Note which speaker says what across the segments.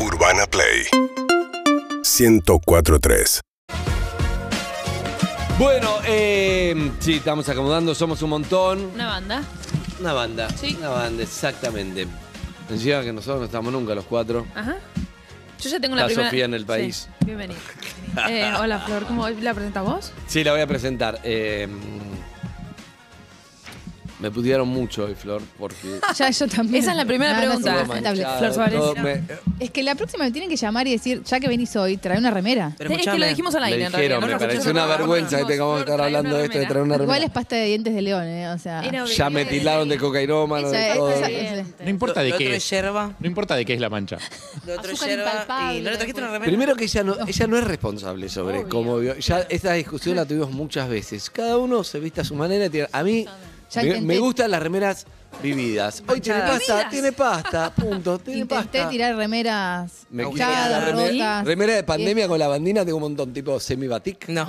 Speaker 1: Urbana Play 1043.
Speaker 2: Bueno, eh, sí, estamos acomodando, somos un montón.
Speaker 3: Una banda.
Speaker 2: Una banda,
Speaker 3: Sí.
Speaker 2: una banda, exactamente. Encima que nosotros no estamos nunca los cuatro.
Speaker 3: Ajá. Yo ya tengo
Speaker 2: Está
Speaker 3: la primera.
Speaker 2: Sofía en el país.
Speaker 3: Sí, bienvenida. Eh, hola, Flor. ¿Cómo la presentás vos?
Speaker 2: Sí, la voy a presentar. eh, me putearon mucho hoy, Flor, porque...
Speaker 4: Ya, yo también.
Speaker 3: Esa es la primera
Speaker 4: Nada,
Speaker 3: pregunta.
Speaker 4: no,
Speaker 2: todo
Speaker 4: es aceptable.
Speaker 2: manchado,
Speaker 3: Flor Suárez.
Speaker 2: todo me-
Speaker 4: Es que la próxima me tienen que llamar y decir, ya que venís hoy, trae una remera.
Speaker 5: Pero
Speaker 3: es que lo
Speaker 5: escuchame,
Speaker 3: dijimos al
Speaker 2: me
Speaker 3: aire. en realidad,
Speaker 2: dijeron,
Speaker 3: no
Speaker 2: me
Speaker 3: lo
Speaker 2: parece
Speaker 3: escucharon.
Speaker 2: una
Speaker 3: No,
Speaker 2: vergüenza que
Speaker 3: no,
Speaker 2: tengamos que
Speaker 3: Flor,
Speaker 2: estar
Speaker 3: trae
Speaker 2: hablando
Speaker 3: una
Speaker 2: de este esto
Speaker 3: remera.
Speaker 2: de traer una
Speaker 4: Igual
Speaker 2: remera.
Speaker 4: es pasta de dientes de león, ¿eh? O sea.
Speaker 6: Era obvio.
Speaker 2: Ya me tildaron de cocainómano,
Speaker 4: Esa-
Speaker 2: de
Speaker 4: esa-
Speaker 2: todo.
Speaker 4: esa- esa-
Speaker 7: No importa de
Speaker 5: lo
Speaker 7: qué
Speaker 5: otro
Speaker 7: es.
Speaker 5: yerba.
Speaker 7: No importa de qué es la mancha.
Speaker 5: Lo otro es
Speaker 4: Azúcar
Speaker 5: yerba.
Speaker 4: impalpable,
Speaker 5: Y no le trajiste una remera.
Speaker 2: Primero que ella no, ella no es responsable sobre cómo vio. Ya esta discusión la tuvimos muchas veces. Cada uno se viste a su manera. y tiene- A mí
Speaker 4: Ya
Speaker 2: me,
Speaker 4: intenté-
Speaker 2: me gustan las remeras vividas. Hoy tiene
Speaker 5: Manchadas.
Speaker 2: pasta, tiene pasta, punto, tiene
Speaker 4: Intenté
Speaker 2: pasta.
Speaker 4: tirar remeras
Speaker 2: Me quité la
Speaker 4: manchadas,
Speaker 2: remera,
Speaker 4: rotas.
Speaker 2: remera de pandemia con la bandina, tengo un montón, tipo semi-batic.
Speaker 5: No.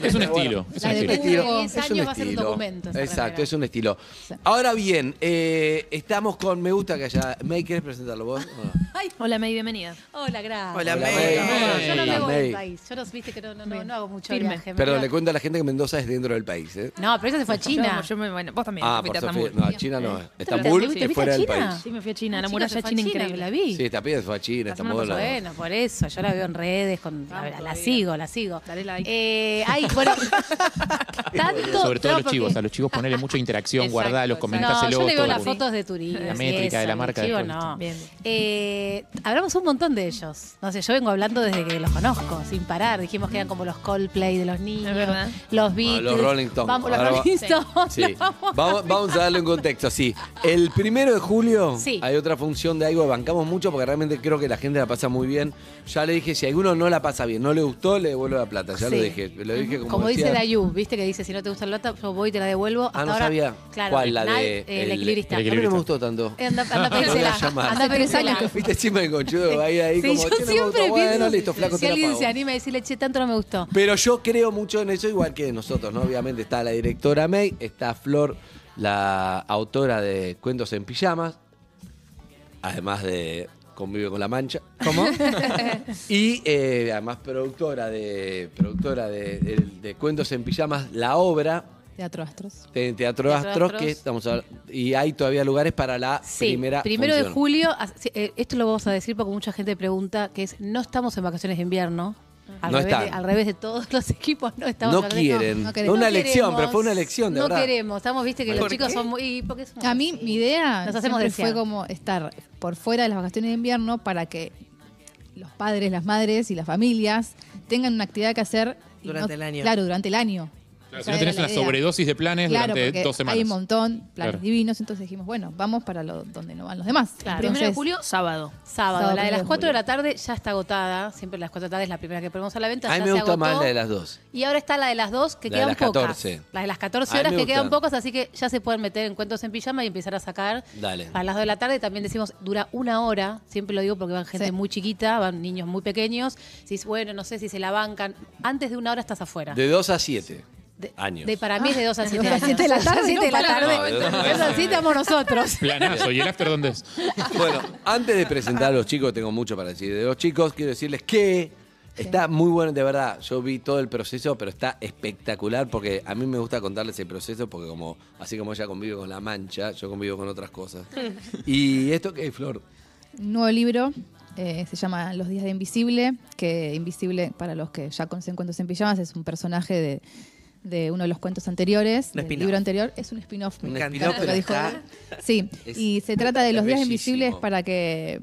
Speaker 7: Es un estilo. Es un
Speaker 4: La de
Speaker 7: estilo.
Speaker 4: Cuba.
Speaker 6: Dentro de
Speaker 2: Es
Speaker 6: 10 años va a ser un documento. esa
Speaker 2: Exacto,
Speaker 6: remera.
Speaker 2: es un estilo. Ahora bien, eh, estamos con Me gusta que haya. May, ¿quieres presentarlo vos? ¿O no?
Speaker 3: Hola, May, bienvenida.
Speaker 6: Hola, gracias.
Speaker 5: Hola,
Speaker 2: Hola,
Speaker 5: May.
Speaker 6: No, yo no
Speaker 2: Hola,
Speaker 6: me voy
Speaker 2: May.
Speaker 6: del país. Yo no, viste que no, no, no, no hago mucho
Speaker 3: Firme.
Speaker 6: viaje. me
Speaker 2: Perdón,
Speaker 6: quedo-
Speaker 2: le cuento a la gente que Mendoza es dentro del país. ¿eh?
Speaker 6: No, pero ella se fue a China.
Speaker 3: Yo, yo me, bueno, vos también.
Speaker 2: Ah,
Speaker 3: te fuiste
Speaker 2: por
Speaker 3: a
Speaker 2: Sofía. No,
Speaker 3: Estambul.
Speaker 2: a China no.
Speaker 3: ¿Te
Speaker 2: Estambul,
Speaker 3: fuiste-
Speaker 6: te fuiste
Speaker 2: fuera
Speaker 6: a
Speaker 2: del
Speaker 6: China?
Speaker 2: país.
Speaker 3: Sí, me fui a China, la
Speaker 6: China
Speaker 3: muralla
Speaker 6: se fue a
Speaker 3: china
Speaker 6: China,
Speaker 3: increíble.
Speaker 6: La vi.
Speaker 2: Sí, también fue a China,
Speaker 6: La
Speaker 2: está
Speaker 6: semana
Speaker 2: moda.
Speaker 6: pasada. Bueno, por eso. Yo la veo en redes. Con, la, la
Speaker 3: todavía.
Speaker 6: sigo, la sigo.
Speaker 3: Dale like.
Speaker 6: Eh, ay, bueno. tanto.
Speaker 7: Sobre todo
Speaker 6: no,
Speaker 7: a los chivos.
Speaker 6: porque-
Speaker 7: A los chivos ponerle mucha interacción,
Speaker 3: Exacto, exacto.
Speaker 7: guardalos,
Speaker 6: No,
Speaker 7: comentáselos.
Speaker 6: yo le veo
Speaker 7: todo.
Speaker 6: las fotos de turismo.
Speaker 7: La
Speaker 6: y
Speaker 7: métrica de
Speaker 6: eso,
Speaker 7: la
Speaker 6: y
Speaker 7: marca
Speaker 6: chivo,
Speaker 7: después.
Speaker 6: no.
Speaker 3: Bien.
Speaker 6: Eh, hablamos un montón de ellos. No sé, yo vengo hablando desde que los conozco, sin parar. Dijimos que eran como los Coldplay de los niños,
Speaker 3: Es verdad.
Speaker 6: los Beatles,
Speaker 2: los Rolling Stones.
Speaker 6: Vamos, los
Speaker 2: Ahora va-
Speaker 6: Rolling Stones.
Speaker 2: Sí.
Speaker 6: los vamos-
Speaker 2: Vamos, vamos a darle un contexto, sí. El primero de julio
Speaker 6: Sí.
Speaker 2: hay otra función de algo que bancamos mucho porque realmente creo que la gente la pasa muy bien. Ya le dije, si alguno no la pasa bien, no le gustó, le devuelvo la plata. Ya lo
Speaker 6: Sí.
Speaker 2: dije. Lo dije como,
Speaker 6: Como dice
Speaker 2: decía-
Speaker 6: Dayu, viste que dice, si no te gusta el lata, yo voy y te la devuelvo. Hasta
Speaker 2: Ah, no
Speaker 6: ahora,
Speaker 2: sabía.
Speaker 6: Claro,
Speaker 2: ¿Cuál? La
Speaker 6: Nal,
Speaker 2: de.
Speaker 6: eh, el, equilibrista.
Speaker 2: A mí no me gustó tanto.
Speaker 6: Eh, Anda, anda,
Speaker 2: Lo voy a
Speaker 6: pedísela.
Speaker 2: llamar.
Speaker 6: Anda,
Speaker 4: Hace tres
Speaker 6: pedísela.
Speaker 4: años que fui.
Speaker 2: Viste, siempre el conchudo va a ir ahí
Speaker 6: Sí,
Speaker 2: como.
Speaker 6: yo
Speaker 2: "Che, no me
Speaker 6: siempre
Speaker 2: gustó". Bueno,
Speaker 6: pienso,
Speaker 2: listo, flaco,
Speaker 6: si
Speaker 2: te la
Speaker 6: alguien
Speaker 2: pago.
Speaker 6: se anima a decirle, che, tanto no me gustó.
Speaker 2: Pero yo creo mucho en eso, igual que nosotros, ¿no? Obviamente está la directora May, está Flor, la autora de Cuentos en Pijamas, además de Convive con la Mancha. ¿Cómo? y eh, además productora de productora de, de- de Cuentos en Pijamas, la obra
Speaker 4: Teatro Astros.
Speaker 2: de Teatro,
Speaker 6: Teatro
Speaker 2: Astros,
Speaker 6: Astros.
Speaker 2: que estamos a- y hay todavía lugares para la
Speaker 6: Sí,
Speaker 2: primera
Speaker 6: primero de
Speaker 2: función.
Speaker 6: julio, as- sí, eh, esto lo vamos a decir porque mucha gente pregunta que es, no estamos en vacaciones de invierno. Al,
Speaker 2: No
Speaker 6: revés de,
Speaker 2: están.
Speaker 6: al revés de todos los equipos, no estamos.
Speaker 2: No
Speaker 6: al revés,
Speaker 2: quieren.
Speaker 4: no
Speaker 2: Fue
Speaker 4: queremos.
Speaker 2: una
Speaker 6: No
Speaker 2: elección,
Speaker 6: queremos,
Speaker 2: pero fue una elección, de
Speaker 6: no
Speaker 2: verdad.
Speaker 6: queremos, estamos, viste que los chicos son muy... y porque somos
Speaker 4: A mí,
Speaker 6: así.
Speaker 4: mi idea
Speaker 6: Nos hacemos
Speaker 4: siempre fue
Speaker 6: desear.
Speaker 4: como estar por fuera de las vacaciones de invierno para que los padres, las madres y las familias tengan una actividad que hacer. y
Speaker 5: Durante el año.
Speaker 4: Claro, durante el año.
Speaker 7: Claro,
Speaker 4: Esa
Speaker 7: si no
Speaker 4: era
Speaker 7: tenés
Speaker 4: la
Speaker 7: una
Speaker 4: idea.
Speaker 7: sobredosis de planes
Speaker 4: Claro,
Speaker 7: durante
Speaker 4: porque
Speaker 7: dos semanas.
Speaker 4: hay un montón, planes
Speaker 7: Claro.
Speaker 4: divinos, entonces dijimos, bueno, vamos para lo, donde no van los demás.
Speaker 6: Claro.
Speaker 4: Entonces,
Speaker 3: Primero de julio, sábado.
Speaker 6: Sábado,
Speaker 4: Sábado,
Speaker 6: la de
Speaker 4: primero
Speaker 6: las
Speaker 4: de
Speaker 6: 4 de
Speaker 4: julio.
Speaker 6: la tarde ya está agotada. Siempre las 4 de la tarde es la primera que ponemos a la venta.
Speaker 2: A mí
Speaker 6: ya
Speaker 2: me
Speaker 6: se
Speaker 2: gusta más
Speaker 6: agotó.
Speaker 2: la de las dos.
Speaker 6: Y ahora está la de las 2 que
Speaker 2: La de
Speaker 6: quedan
Speaker 2: las
Speaker 6: pocas.
Speaker 2: 14.
Speaker 6: La de las
Speaker 2: A
Speaker 6: 14
Speaker 2: mí
Speaker 6: horas
Speaker 2: me
Speaker 6: que quedan
Speaker 2: gustan.
Speaker 6: pocas, así que ya se pueden meter en cuentos en pijama y empezar a sacar.
Speaker 2: Dale.
Speaker 6: A las 2 de la tarde también decimos, dura una hora. Siempre lo digo porque van gente
Speaker 4: Sí.
Speaker 6: muy chiquita, van niños muy pequeños. Si es bueno, no sé si se la bancan. Antes de una hora estás afuera.
Speaker 2: De 2 a 7
Speaker 6: De-
Speaker 2: años.
Speaker 6: de- para mí es de 2 a 7
Speaker 4: Ah, de las siete de la tarde,
Speaker 6: siete de la
Speaker 4: no, pará,
Speaker 6: tarde.
Speaker 2: no, de dos a
Speaker 6: Es así, estamos nosotros.
Speaker 7: Planazo. ¿Y el after dónde es?
Speaker 2: Bueno, antes de presentar a los chicos, tengo mucho para decir. De los chicos, quiero decirles que está muy bueno, de verdad. Yo vi todo el proceso, pero está espectacular porque a mí me gusta contarles el proceso porque como así como ella convive con la mancha, yo convivo con otras cosas. Y esto que es Flor.
Speaker 4: un nuevo libro, eh, se llama Los días de Invisible, que Invisible, para los que ya conocen Cuentos en Pijamas, es un personaje de, de uno de los cuentos anteriores,
Speaker 5: Un
Speaker 4: del
Speaker 5: spin-off.
Speaker 4: libro anterior. Es un spin-off.
Speaker 2: Un
Speaker 4: me encanta,
Speaker 2: spin-off,
Speaker 4: lo
Speaker 2: pero
Speaker 4: dijo
Speaker 2: está-
Speaker 4: él. Sí,
Speaker 2: es-
Speaker 4: y se trata de
Speaker 2: es
Speaker 4: Los días
Speaker 2: bellísimo.
Speaker 4: invisibles para que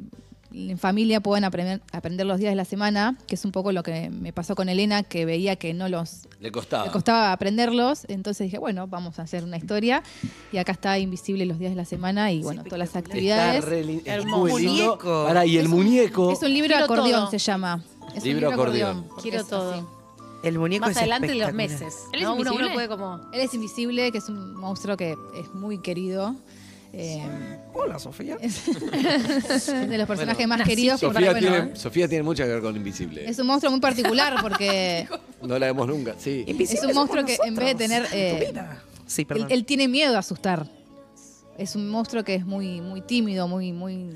Speaker 4: en familia puedan aprender, aprender los días de la semana, que es un poco lo que me pasó con Elena, que veía que no los
Speaker 2: Le costaba.
Speaker 4: me costaba aprenderlos, entonces dije, bueno, vamos a hacer una historia. Y acá está Invisible los días de la semana y bueno, todas las
Speaker 2: Está
Speaker 4: actividades.
Speaker 2: re lin- es
Speaker 5: Hermoso.
Speaker 2: muy lindo.
Speaker 5: Muñeco.
Speaker 2: Pará, y el muñeco.
Speaker 4: Es un libro
Speaker 6: Quiero
Speaker 4: acordeón,
Speaker 6: todo.
Speaker 4: se llama. Es un
Speaker 2: Libro acordeón.
Speaker 4: porque
Speaker 6: Quiero
Speaker 4: es así.
Speaker 6: todo.
Speaker 5: El muñeco
Speaker 6: Más
Speaker 5: es
Speaker 6: adelante de los
Speaker 5: espectacular.
Speaker 6: meses.
Speaker 3: ¿Él es
Speaker 6: ¿no? Uno, uno
Speaker 3: invisible?
Speaker 6: puede como...
Speaker 4: Él es invisible, que es un monstruo que es muy querido. eh,
Speaker 5: Hola, Sofía.
Speaker 4: es, es de los personajes
Speaker 2: Bueno,
Speaker 4: más queridos. porque,
Speaker 2: Sofía,
Speaker 4: bueno,
Speaker 2: tiene, Sofía tiene mucho que ver con Invisible.
Speaker 4: es un monstruo muy particular porque
Speaker 2: No la vemos nunca, sí.
Speaker 4: es un monstruo que en vez de tener... eh,
Speaker 5: Sí,
Speaker 4: él,
Speaker 5: perdón.
Speaker 4: él tiene miedo a asustar. Es un monstruo que es muy, muy tímido, muy, muy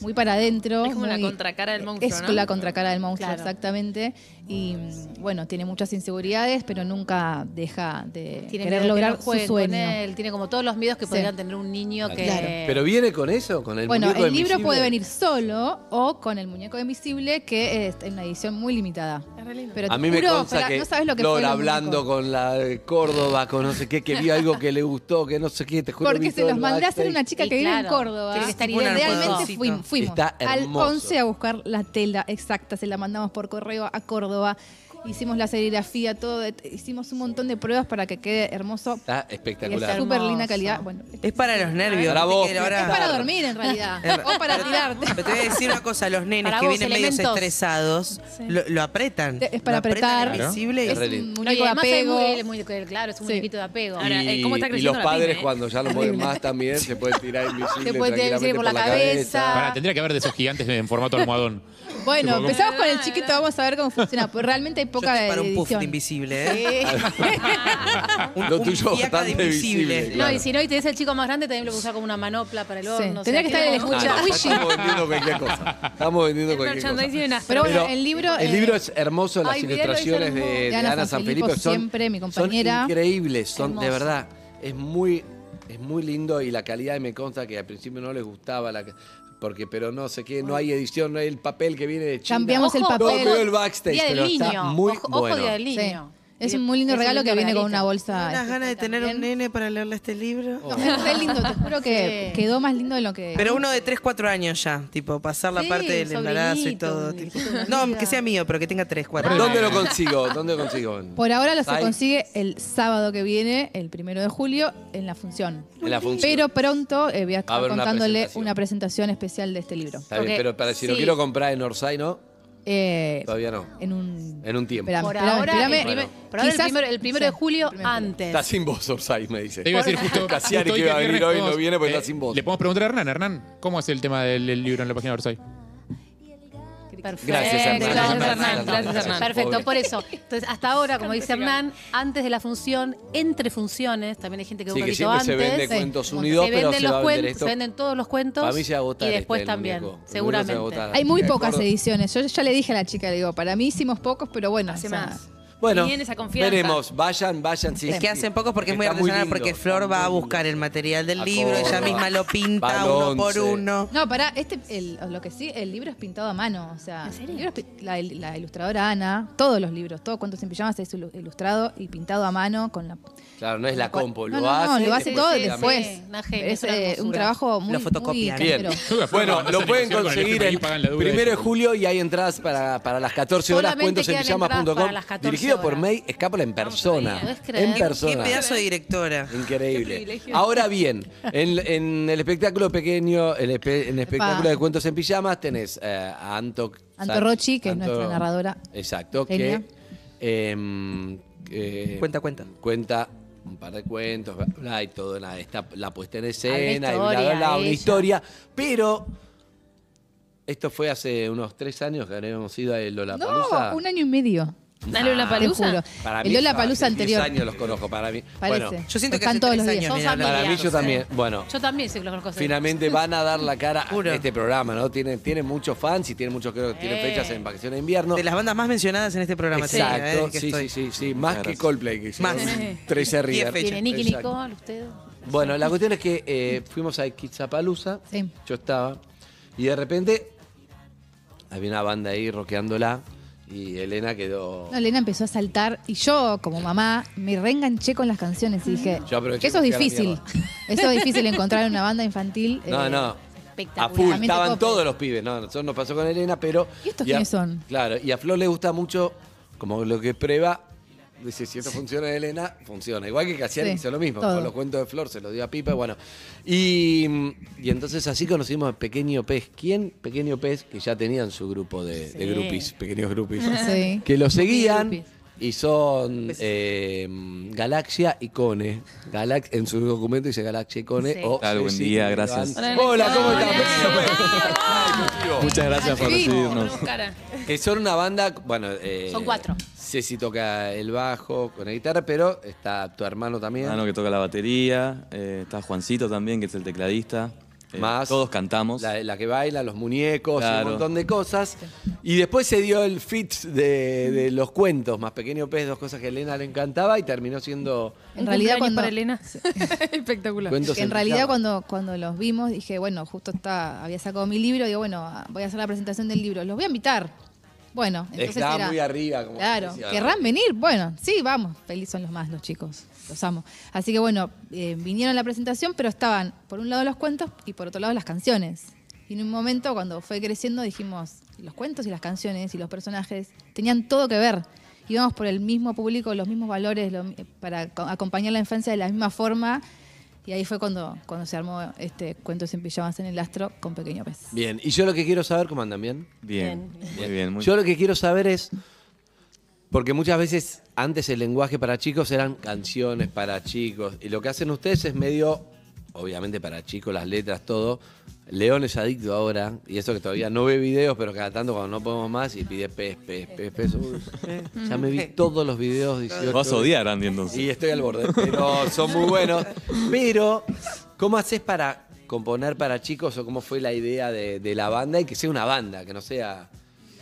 Speaker 4: muy para adentro.
Speaker 3: Es como la
Speaker 4: muy-
Speaker 3: contracara del monstruo,
Speaker 4: Es
Speaker 3: ¿no?
Speaker 4: la contracara del monstruo,
Speaker 6: Claro.
Speaker 4: exactamente. Y mm, bueno, tiene muchas inseguridades, pero nunca deja de
Speaker 6: Tiene miedo
Speaker 4: querer
Speaker 6: que
Speaker 4: lograr
Speaker 6: no
Speaker 4: su
Speaker 6: jueguen
Speaker 4: sueño.
Speaker 6: Con él. Tiene como todos los miedos que
Speaker 4: Sí.
Speaker 6: podrían tener un niño que.
Speaker 4: Claro.
Speaker 2: ¿Pero viene con eso? ¿Con el
Speaker 4: Bueno,
Speaker 2: muñeco
Speaker 4: el libro
Speaker 2: invisible?
Speaker 4: puede venir solo o con el muñeco invisible, que es una edición muy limitada.
Speaker 3: Es re lindo.
Speaker 4: Pero te
Speaker 2: A mí me
Speaker 4: juro,
Speaker 2: consta
Speaker 4: Fran,
Speaker 2: que,
Speaker 4: no sabes lo que fue
Speaker 2: Lola
Speaker 4: los
Speaker 2: hablando
Speaker 4: muñecos.
Speaker 2: con la de Córdoba, con no sé qué, que vio algo que le gustó, que no sé qué, te juro. vi
Speaker 4: Porque se
Speaker 2: todo
Speaker 4: los
Speaker 2: el
Speaker 4: mandé a hacer
Speaker 2: backstage.
Speaker 4: una chica
Speaker 6: Y
Speaker 4: que vive en
Speaker 6: claro,
Speaker 4: Córdoba.
Speaker 6: tiene que estar
Speaker 4: Y
Speaker 6: ideal.
Speaker 4: realmente
Speaker 5: Hermoso.
Speaker 4: fuimos, fuimos
Speaker 2: Está
Speaker 4: al
Speaker 2: hermoso.
Speaker 4: 11 a buscar la tela exacta, se la mandamos por correo a Córdoba, hicimos la serigrafía, todo, et- hicimos un montón de pruebas para que quede hermoso.
Speaker 2: Está
Speaker 4: Y es
Speaker 2: espectacular.
Speaker 4: súper linda
Speaker 6: Hermoso.
Speaker 4: calidad. Bueno,
Speaker 5: Es para los nervios.
Speaker 2: Para
Speaker 5: viste
Speaker 2: vos,
Speaker 5: que ahora-
Speaker 4: es para dormir en realidad, o para tirarte.
Speaker 5: Pero te voy a decir una cosa, los nenes
Speaker 6: Para
Speaker 5: que
Speaker 6: vos,
Speaker 5: vienen medios
Speaker 6: elementos.
Speaker 5: estresados, lo, lo apretan.
Speaker 4: Es para
Speaker 5: Lo apretan
Speaker 4: apretar.
Speaker 5: invisible y-
Speaker 2: Es re
Speaker 4: Es un
Speaker 2: lindo.
Speaker 6: No, y
Speaker 4: muñeco de
Speaker 6: además hay
Speaker 4: apego.
Speaker 6: muy- el muñeco de- claro, es un
Speaker 4: Sí.
Speaker 6: muñeco de apego.
Speaker 3: Ahora, eh,
Speaker 2: y,
Speaker 3: ¿cómo está
Speaker 2: y
Speaker 3: creciendo
Speaker 2: los
Speaker 3: la
Speaker 2: padres
Speaker 3: pyme, eh?
Speaker 2: cuando ya lo mueven más también se pueden tirar invisible
Speaker 6: Se puede tirar
Speaker 2: tranquilamente
Speaker 6: invisible
Speaker 2: por la
Speaker 6: Ah.
Speaker 2: cabeza.
Speaker 7: Pará, tendría que haber de esos gigantes en formato almohadón.
Speaker 4: Bueno,
Speaker 7: Tipo,
Speaker 4: empezamos con el chiquito, vamos a ver cómo funciona, porque realmente hay
Speaker 5: Yo
Speaker 4: poca
Speaker 5: estoy para un puff de
Speaker 4: edición.
Speaker 5: invisible, ¿eh? Un,
Speaker 2: Lo
Speaker 5: un
Speaker 2: tuyo
Speaker 5: fiaca de
Speaker 2: bastante visible.
Speaker 6: No, y si no, y tenés el chico más grande, también lo usás como una manopla para el
Speaker 4: Sí.
Speaker 6: horno. o sea,
Speaker 4: Tendría que estar
Speaker 6: tiene
Speaker 4: el
Speaker 6: como-
Speaker 2: Ah,
Speaker 4: escucha.
Speaker 2: no, ya estamos vendiendo cualquier cosa. Estamos vendiendo
Speaker 3: El
Speaker 2: cualquier
Speaker 3: merchandising
Speaker 2: cosa.
Speaker 3: en Astro.
Speaker 4: Pero bueno,
Speaker 2: Pero
Speaker 4: el libro.
Speaker 2: El
Speaker 4: eh,
Speaker 2: libro es hermoso, las
Speaker 6: Ay, mirá, lo hizo
Speaker 2: ilustraciones de,
Speaker 6: hermoso.
Speaker 2: de
Speaker 4: De Ana
Speaker 2: Ana Sanfilippo
Speaker 4: Sanfilippo,
Speaker 2: son,
Speaker 4: siempre mi
Speaker 2: son
Speaker 4: compañera.
Speaker 2: increíbles, son de
Speaker 6: Hermoso.
Speaker 2: verdad. Es muy, es muy lindo y la calidad y me consta que al principio no les gustaba la ca- porque pero no sé qué, no hay edición, no hay el papel que viene de China.
Speaker 4: Cambiamos el
Speaker 6: Ojo,
Speaker 2: No
Speaker 4: papel.
Speaker 2: veo el backstage,
Speaker 6: Día del
Speaker 2: pero está
Speaker 6: niño.
Speaker 2: muy
Speaker 6: ojo, ojo,
Speaker 2: bueno.
Speaker 6: Día del
Speaker 4: Sí.
Speaker 6: niño.
Speaker 4: Es un muy lindo regalo que viene con una
Speaker 5: Tengo
Speaker 4: bolsa.
Speaker 5: unas ganas de tener un nene para leerle este libro.
Speaker 4: No, está lindo, te juro que
Speaker 6: Sí.
Speaker 4: quedó más lindo de lo que.
Speaker 5: Pero uno de 3, 4 años ya, tipo, pasar la
Speaker 6: Sí,
Speaker 5: parte del
Speaker 6: sobrinito,
Speaker 5: embarazo y
Speaker 6: un
Speaker 5: todo.
Speaker 6: hijito,
Speaker 5: tipo.
Speaker 6: una
Speaker 5: No,
Speaker 6: amiga.
Speaker 5: que sea mío, pero que tenga 3, 4 años.
Speaker 2: ¿Dónde lo consigo? ¿Dónde lo consigo?
Speaker 4: Por ahora lo se
Speaker 2: Ay.
Speaker 4: consigue el sábado que viene, el primero de julio, en la función.
Speaker 2: En la función.
Speaker 4: Pero pronto eh, voy a estar
Speaker 2: haber una
Speaker 4: contándole
Speaker 2: presentación.
Speaker 4: una presentación especial de este libro.
Speaker 2: Está bien,
Speaker 6: Ok,
Speaker 2: pero para si lo
Speaker 6: sí.
Speaker 2: quiero comprar en Orsay, ¿no,
Speaker 4: Eh,
Speaker 2: todavía no. Eh,
Speaker 4: en un.
Speaker 2: En un tiempo.
Speaker 4: Espera.
Speaker 6: Por
Speaker 4: Espérame,
Speaker 6: ahora,
Speaker 4: espérame.
Speaker 6: el primer-
Speaker 2: Bueno.
Speaker 6: por ahora el
Speaker 4: Quizás-
Speaker 6: primero, el
Speaker 4: sí,
Speaker 6: primero de julio
Speaker 4: el primero de julio.
Speaker 6: antes.
Speaker 2: Está sin voz Orsay, me dice.
Speaker 7: Te iba a decir justo.
Speaker 2: Cassiani
Speaker 7: justo
Speaker 2: que iba a
Speaker 7: el
Speaker 2: venir
Speaker 7: viernes
Speaker 2: hoy no
Speaker 7: podemos-
Speaker 2: viene porque
Speaker 7: eh,
Speaker 2: está sin voz.
Speaker 7: Le podemos preguntar a Hernán, Hernán, ¿cómo es el tema del, del libro en la página de Orsay?
Speaker 6: Perfecto.
Speaker 2: Gracias, Hernán.
Speaker 6: Gracias,
Speaker 3: Gracias, Hernán. Gracias, Hernán.
Speaker 6: Perfecto,
Speaker 2: Pobre.
Speaker 6: por eso. Entonces, hasta ahora, como dice Hernán, antes de la función, entre funciones, también hay gente que va
Speaker 2: Sí,
Speaker 6: un
Speaker 2: que
Speaker 6: ratito
Speaker 2: siempre
Speaker 6: antes.
Speaker 2: se vende
Speaker 4: sí.
Speaker 2: cuentos
Speaker 4: Se
Speaker 2: unidos,
Speaker 6: se
Speaker 2: pero
Speaker 6: venden
Speaker 2: se
Speaker 6: los
Speaker 2: va a vender
Speaker 6: cuentos,
Speaker 2: esto.
Speaker 6: se venden todos los cuentos.
Speaker 2: Para mí se va a agotar
Speaker 6: Y
Speaker 2: este,
Speaker 6: después
Speaker 2: el
Speaker 6: también,
Speaker 2: muñeco. El muñeco se va a
Speaker 6: seguramente.
Speaker 2: agotar.
Speaker 4: Hay muy
Speaker 2: Me
Speaker 4: pocas
Speaker 2: acuerdo.
Speaker 4: ediciones. Yo ya le dije a la chica, le digo, para mí hicimos pocos, pero bueno.
Speaker 3: Hace
Speaker 4: o sea,
Speaker 3: más.
Speaker 2: Bueno,
Speaker 3: Tienen esa confianza.
Speaker 2: veremos. Vayan, vayan. Sí,
Speaker 5: Es
Speaker 2: sí,
Speaker 5: que
Speaker 2: sí.
Speaker 5: hacen pocos porque es muy
Speaker 2: Está
Speaker 5: artesanal,
Speaker 2: lindo,
Speaker 5: porque
Speaker 2: está
Speaker 5: Flor va a
Speaker 2: muy lindo.
Speaker 5: buscar el material del
Speaker 2: A
Speaker 5: libro, ella
Speaker 2: Córdoba.
Speaker 5: misma lo pinta
Speaker 2: Balonce.
Speaker 5: uno por uno.
Speaker 4: No, pará, este, el- lo que sí, el libro es pintado a mano. O sea,
Speaker 6: ¿En serio?
Speaker 4: el libro es pi- la, il- la ilustradora Ana, todos los libros, todo Cuentos en Pijamas es ilu- ilustrado y pintado a mano con la.
Speaker 2: Claro, no es la
Speaker 4: con-
Speaker 2: compo,
Speaker 4: no,
Speaker 2: lo
Speaker 4: no, no,
Speaker 2: hace.
Speaker 4: lo hace
Speaker 2: después
Speaker 4: todo
Speaker 2: se la
Speaker 4: después.
Speaker 6: Sí, una genia,
Speaker 4: es
Speaker 6: es una
Speaker 4: eh, un
Speaker 6: hermosura.
Speaker 4: trabajo muy.
Speaker 5: Lo fotocopian.
Speaker 4: muy
Speaker 2: Bien.
Speaker 4: casero.
Speaker 2: Bueno, lo pueden conseguir el primero de
Speaker 7: julio.
Speaker 2: julio y hay entradas para, para las 14 horas,
Speaker 6: Solamente
Speaker 2: cuentos en
Speaker 6: quedan entradas para las 14
Speaker 2: Dirigido por
Speaker 6: horas.
Speaker 2: May Escapola en persona.
Speaker 6: ¿Podés creer?
Speaker 2: En
Speaker 6: Qué
Speaker 5: Qué
Speaker 2: persona.
Speaker 5: pedazo de directora.
Speaker 2: Increíble. Ahora bien, en, en el espectáculo pequeño, en el espe- en el espectáculo de cuentos en pijamas, tenés eh, a Anto...
Speaker 4: Anto Rocci, que es nuestra narradora.
Speaker 2: Exacto,
Speaker 4: Genia.
Speaker 2: que... em, eh,
Speaker 5: Cuenta, cuenta.
Speaker 2: cuenta un par de cuentos, bla, bla, y todo, la, esta- la puesta en escena, y bla,
Speaker 6: historia,
Speaker 2: bla, bla, una
Speaker 6: ella.
Speaker 2: historia. Pero esto fue hace unos tres años que habíamos ido a Lola
Speaker 4: No, un año y medio.
Speaker 3: Dale
Speaker 8: Ah,
Speaker 3: una
Speaker 4: Te
Speaker 3: palusa.
Speaker 4: juro. El Lola Palusa anterior.
Speaker 2: años los conozco, para mí.
Speaker 4: Parece.
Speaker 2: Bueno,
Speaker 5: Yo siento que
Speaker 4: Están
Speaker 5: hace
Speaker 4: todos
Speaker 5: tres
Speaker 4: los días.
Speaker 5: años.
Speaker 6: Son
Speaker 5: viene hablando.
Speaker 2: para mí yo también. Bueno,
Speaker 6: Yo también sé que los conozco.
Speaker 2: finalmente van a dar la cara
Speaker 5: Juro.
Speaker 2: a este programa, ¿no? Tienen, tienen muchos fans y tienen muchos, creo que tienen
Speaker 6: Eh.
Speaker 2: fechas en vacaciones de invierno.
Speaker 5: De las bandas más mencionadas en este programa. te diría,
Speaker 2: Exacto,
Speaker 5: eh, que
Speaker 2: sí,
Speaker 5: estoy.
Speaker 2: sí, sí, sí, más que Coldplay, que
Speaker 5: Más.
Speaker 2: hicieron 13 River.
Speaker 5: fechas.
Speaker 6: Tiene Nicky
Speaker 2: Exacto.
Speaker 6: Nicole, usted.
Speaker 2: Bueno, la cuestión es que eh, fuimos a Quizapalooza,
Speaker 4: Sí.
Speaker 2: yo estaba, y de repente había una banda ahí rockeándola y Elena quedó...
Speaker 4: No, Elena empezó a saltar y yo, como mamá, me reenganché con las canciones y dije,
Speaker 2: Yo aproveché
Speaker 4: eso es
Speaker 2: y fui a la
Speaker 4: difícil. Eso es difícil encontrar en una banda infantil.
Speaker 2: No,
Speaker 4: eh,
Speaker 2: no. A
Speaker 6: espectacular.
Speaker 2: full,
Speaker 4: Lamento
Speaker 2: estaban
Speaker 4: Cope.
Speaker 2: todos los pibes. No, nosotros nos pasó con Elena, pero.
Speaker 4: ¿Y estos
Speaker 2: a-
Speaker 4: quiénes son?
Speaker 2: Claro, y a Flor le gusta mucho, como lo que prueba. Dice, si esto funciona en Elena, funciona. Igual que Cassiani
Speaker 4: Sí,
Speaker 2: hizo lo mismo.
Speaker 4: todo.
Speaker 2: Con los cuentos de Flor se los dio a Pipa, bueno. Y, mm, y entonces así conocimos a Pequeño Pez. ¿Quién? Pequeño Pez, que ya tenían su grupo de, de
Speaker 6: Sí.
Speaker 2: groupies, pequeños groupies.
Speaker 4: Ah, Sí.
Speaker 2: Que lo
Speaker 6: Groupies.
Speaker 2: seguían. Y son eh, Galaxia y Cone. Galax- en su documento dice Galaxia y Cone.
Speaker 6: Sí.
Speaker 2: o
Speaker 1: Tal, buen
Speaker 2: Ceci
Speaker 1: día,
Speaker 2: y Iván.
Speaker 1: gracias.
Speaker 2: Hola, ¿cómo
Speaker 3: Hola.
Speaker 2: estás? Pequeño Pez.
Speaker 1: Muchas gracias por
Speaker 4: Sí.
Speaker 1: recibirnos.
Speaker 3: Ponemos cara.
Speaker 2: Que son una banda, bueno... eh,
Speaker 6: Son cuatro.
Speaker 2: Ceci toca el bajo con la guitarra, pero
Speaker 1: Ah,
Speaker 2: está tu hermano también.
Speaker 1: Mano que toca la batería, eh, está Juancito también, que es el tecladista. Eh,
Speaker 2: Más-
Speaker 1: Todos cantamos.
Speaker 2: La, la que baila, los muñecos, y
Speaker 1: Claro.
Speaker 2: un montón de cosas. Y después se dio el fit de, de los cuentos, más pequeño pez, dos cosas que a Elena le encantaba y terminó siendo
Speaker 4: En realidad, cuando,
Speaker 3: para Elena. Espectacular.
Speaker 2: cuentos
Speaker 4: que en
Speaker 2: en
Speaker 4: realidad
Speaker 2: pijama.
Speaker 4: cuando, cuando los vimos dije, bueno, justo está, había sacado mi libro, digo, bueno, ah, voy a hacer la presentación del libro, los voy a invitar. Bueno, entonces
Speaker 2: Estaba
Speaker 4: era-
Speaker 2: muy arriba. Como
Speaker 4: Claro,
Speaker 2: decía.
Speaker 4: ¿querrán venir? Bueno, sí, vamos, feliz son los más, los chicos, los amo. Así que bueno, eh, vinieron a la presentación, pero estaban por un lado los cuentos y por otro lado las canciones. Y en un momento cuando fue creciendo dijimos, los cuentos y las canciones y los personajes tenían todo que ver. Íbamos por el mismo público, los mismos valores, lo mi- para co- acompañar la infancia de la misma forma. Y ahí fue cuando, cuando se armó este Cuentos en Pijamas en el Astro con Pequeño Pez.
Speaker 2: Bien, y yo lo que quiero saber, ¿cómo andan? ¿Bien?
Speaker 1: Bien. Muy bien, muy
Speaker 2: Yo lo que quiero saber es, porque muchas veces antes el lenguaje para chicos eran canciones para chicos, y lo que hacen ustedes es medio, obviamente para chicos, las letras, todo. León es adicto ahora, y eso que todavía no ve videos, pero cada tanto cuando no podemos más y pide pez, pez, pez, pez. Uy, ya me vi todos los videos. 18
Speaker 1: bien. Vas a odiar, Andy, entonces.
Speaker 2: Y estoy al borde, pero son muy buenos. Pero, ¿cómo haces para componer para chicos o cómo fue la idea de, de la banda y que sea una banda, que no sea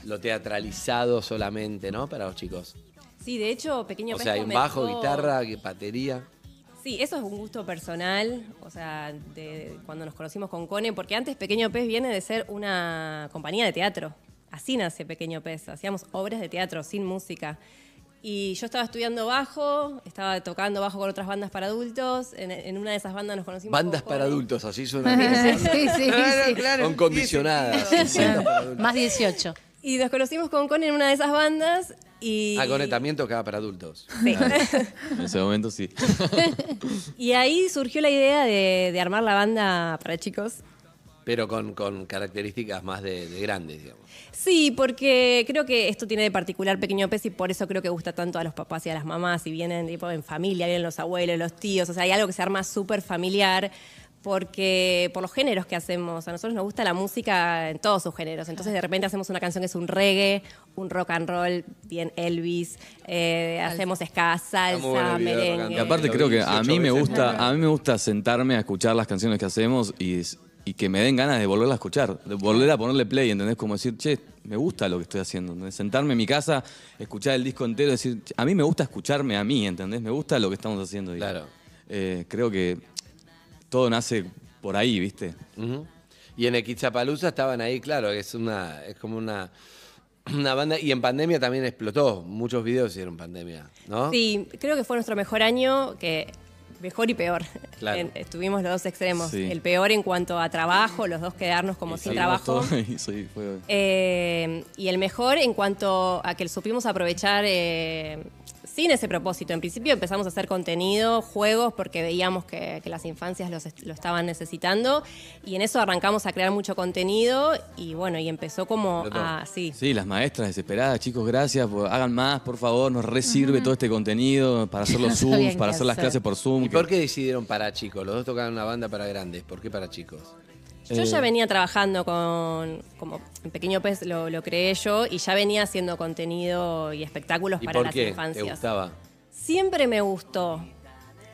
Speaker 2: lo teatralizado solamente, ¿no? Para los chicos.
Speaker 8: Sí, de hecho, Pequeño
Speaker 2: O
Speaker 8: Pez
Speaker 2: sea, hay un bajo,
Speaker 8: comenzó-
Speaker 2: guitarra, gui- batería.
Speaker 8: Sí, eso es un gusto personal, o sea, de cuando nos conocimos con Cone, porque antes Pequeño Pez viene de ser una compañía de teatro. Así nace Pequeño Pez, hacíamos obras de teatro sin música. Y yo estaba estudiando bajo, estaba tocando bajo con otras bandas para adultos, en, en una de esas bandas nos conocimos. con
Speaker 2: Bandas para
Speaker 8: Cone.
Speaker 2: adultos, así
Speaker 4: sí,
Speaker 2: suena.
Speaker 4: sí, sí.
Speaker 5: Claro, claro.
Speaker 2: Son condicionadas. Bandas para adultos.
Speaker 6: Más 18.
Speaker 8: Y nos conocimos con Cone en una de esas bandas y...
Speaker 2: Ah, con también tocaba para adultos.
Speaker 8: Sí.
Speaker 1: En ese momento sí.
Speaker 8: y ahí surgió la idea de, de armar la banda para chicos.
Speaker 2: Pero con, con características más de, de grandes, digamos.
Speaker 8: Sí, porque creo que esto tiene de particular Pequeño Pez y por eso creo que gusta tanto a los papás y a las mamás. Y vienen tipo, en familia, vienen los abuelos, los tíos. O sea, hay algo que se arma súper familiar porque por los géneros que hacemos. A nosotros nos gusta la música en todos sus géneros. Entonces, de repente hacemos una canción que es un reggae, un rock and roll, bien Elvis. eh, hacemos ska,
Speaker 2: Está muy bueno
Speaker 8: salsa,
Speaker 2: el video de rock and
Speaker 8: merengue.
Speaker 1: Y
Speaker 2: roll.
Speaker 1: aparte
Speaker 2: Lo
Speaker 1: creo
Speaker 2: vi
Speaker 1: que a
Speaker 2: 18
Speaker 1: mí me
Speaker 2: veces.
Speaker 1: gusta, a mí me gusta sentarme a escuchar las canciones que hacemos y, y que me den ganas de volverla a escuchar, de volver a ponerle play, ¿entendés? Como decir, che, me gusta lo que estoy haciendo, ¿entendés? Sentarme en mi casa, escuchar el disco entero, decir, "Che, a mí me gusta escucharme a mí, ¿entendés? Me gusta lo que estamos haciendo. Y,
Speaker 2: Claro.
Speaker 1: eh, creo que todo nace por ahí, ¿viste?
Speaker 2: Ujú. Y en Equichapaluza estaban ahí, claro, es una es como una, una banda. Y en pandemia también explotó. Muchos videos hicieron pandemia, ¿no?
Speaker 8: Sí, creo que fue nuestro mejor año, que mejor y peor.
Speaker 2: Claro.
Speaker 8: En- estuvimos los dos extremos.
Speaker 1: Sí.
Speaker 8: El peor en cuanto a trabajo, los dos quedarnos como
Speaker 1: Y
Speaker 8: sin
Speaker 1: salimos
Speaker 8: trabajo.
Speaker 1: todo y sí, fue-
Speaker 8: Eh, y el mejor en cuanto a que supimos aprovechar eh, sin ese propósito. En principio empezamos a hacer contenido, juegos, porque veíamos que, que las infancias los est- lo estaban necesitando. Y en eso arrancamos a crear mucho contenido y bueno, y empezó como
Speaker 2: Explotó.
Speaker 8: a... Sí,
Speaker 1: Sí, las maestras desesperadas, chicos, gracias, por- hagan más, por favor, nos resirve todo este contenido para hacer los
Speaker 6: No
Speaker 1: Zooms,
Speaker 6: sabían
Speaker 1: para
Speaker 6: qué
Speaker 1: hacer las
Speaker 6: hacer.
Speaker 1: clases por Zoom.
Speaker 2: ¿Y
Speaker 1: que-
Speaker 2: por qué decidieron para chicos? Los dos tocaban una banda para grandes. ¿Por qué para chicos?
Speaker 8: Yo
Speaker 2: Eh,
Speaker 8: ya venía trabajando con, como en Pequeño Pez lo, lo creé yo, y ya venía haciendo contenido y espectáculos
Speaker 2: ¿Y
Speaker 8: para
Speaker 2: por
Speaker 8: las
Speaker 2: qué te
Speaker 8: infancias.
Speaker 2: gustaba?
Speaker 8: Siempre me gustó.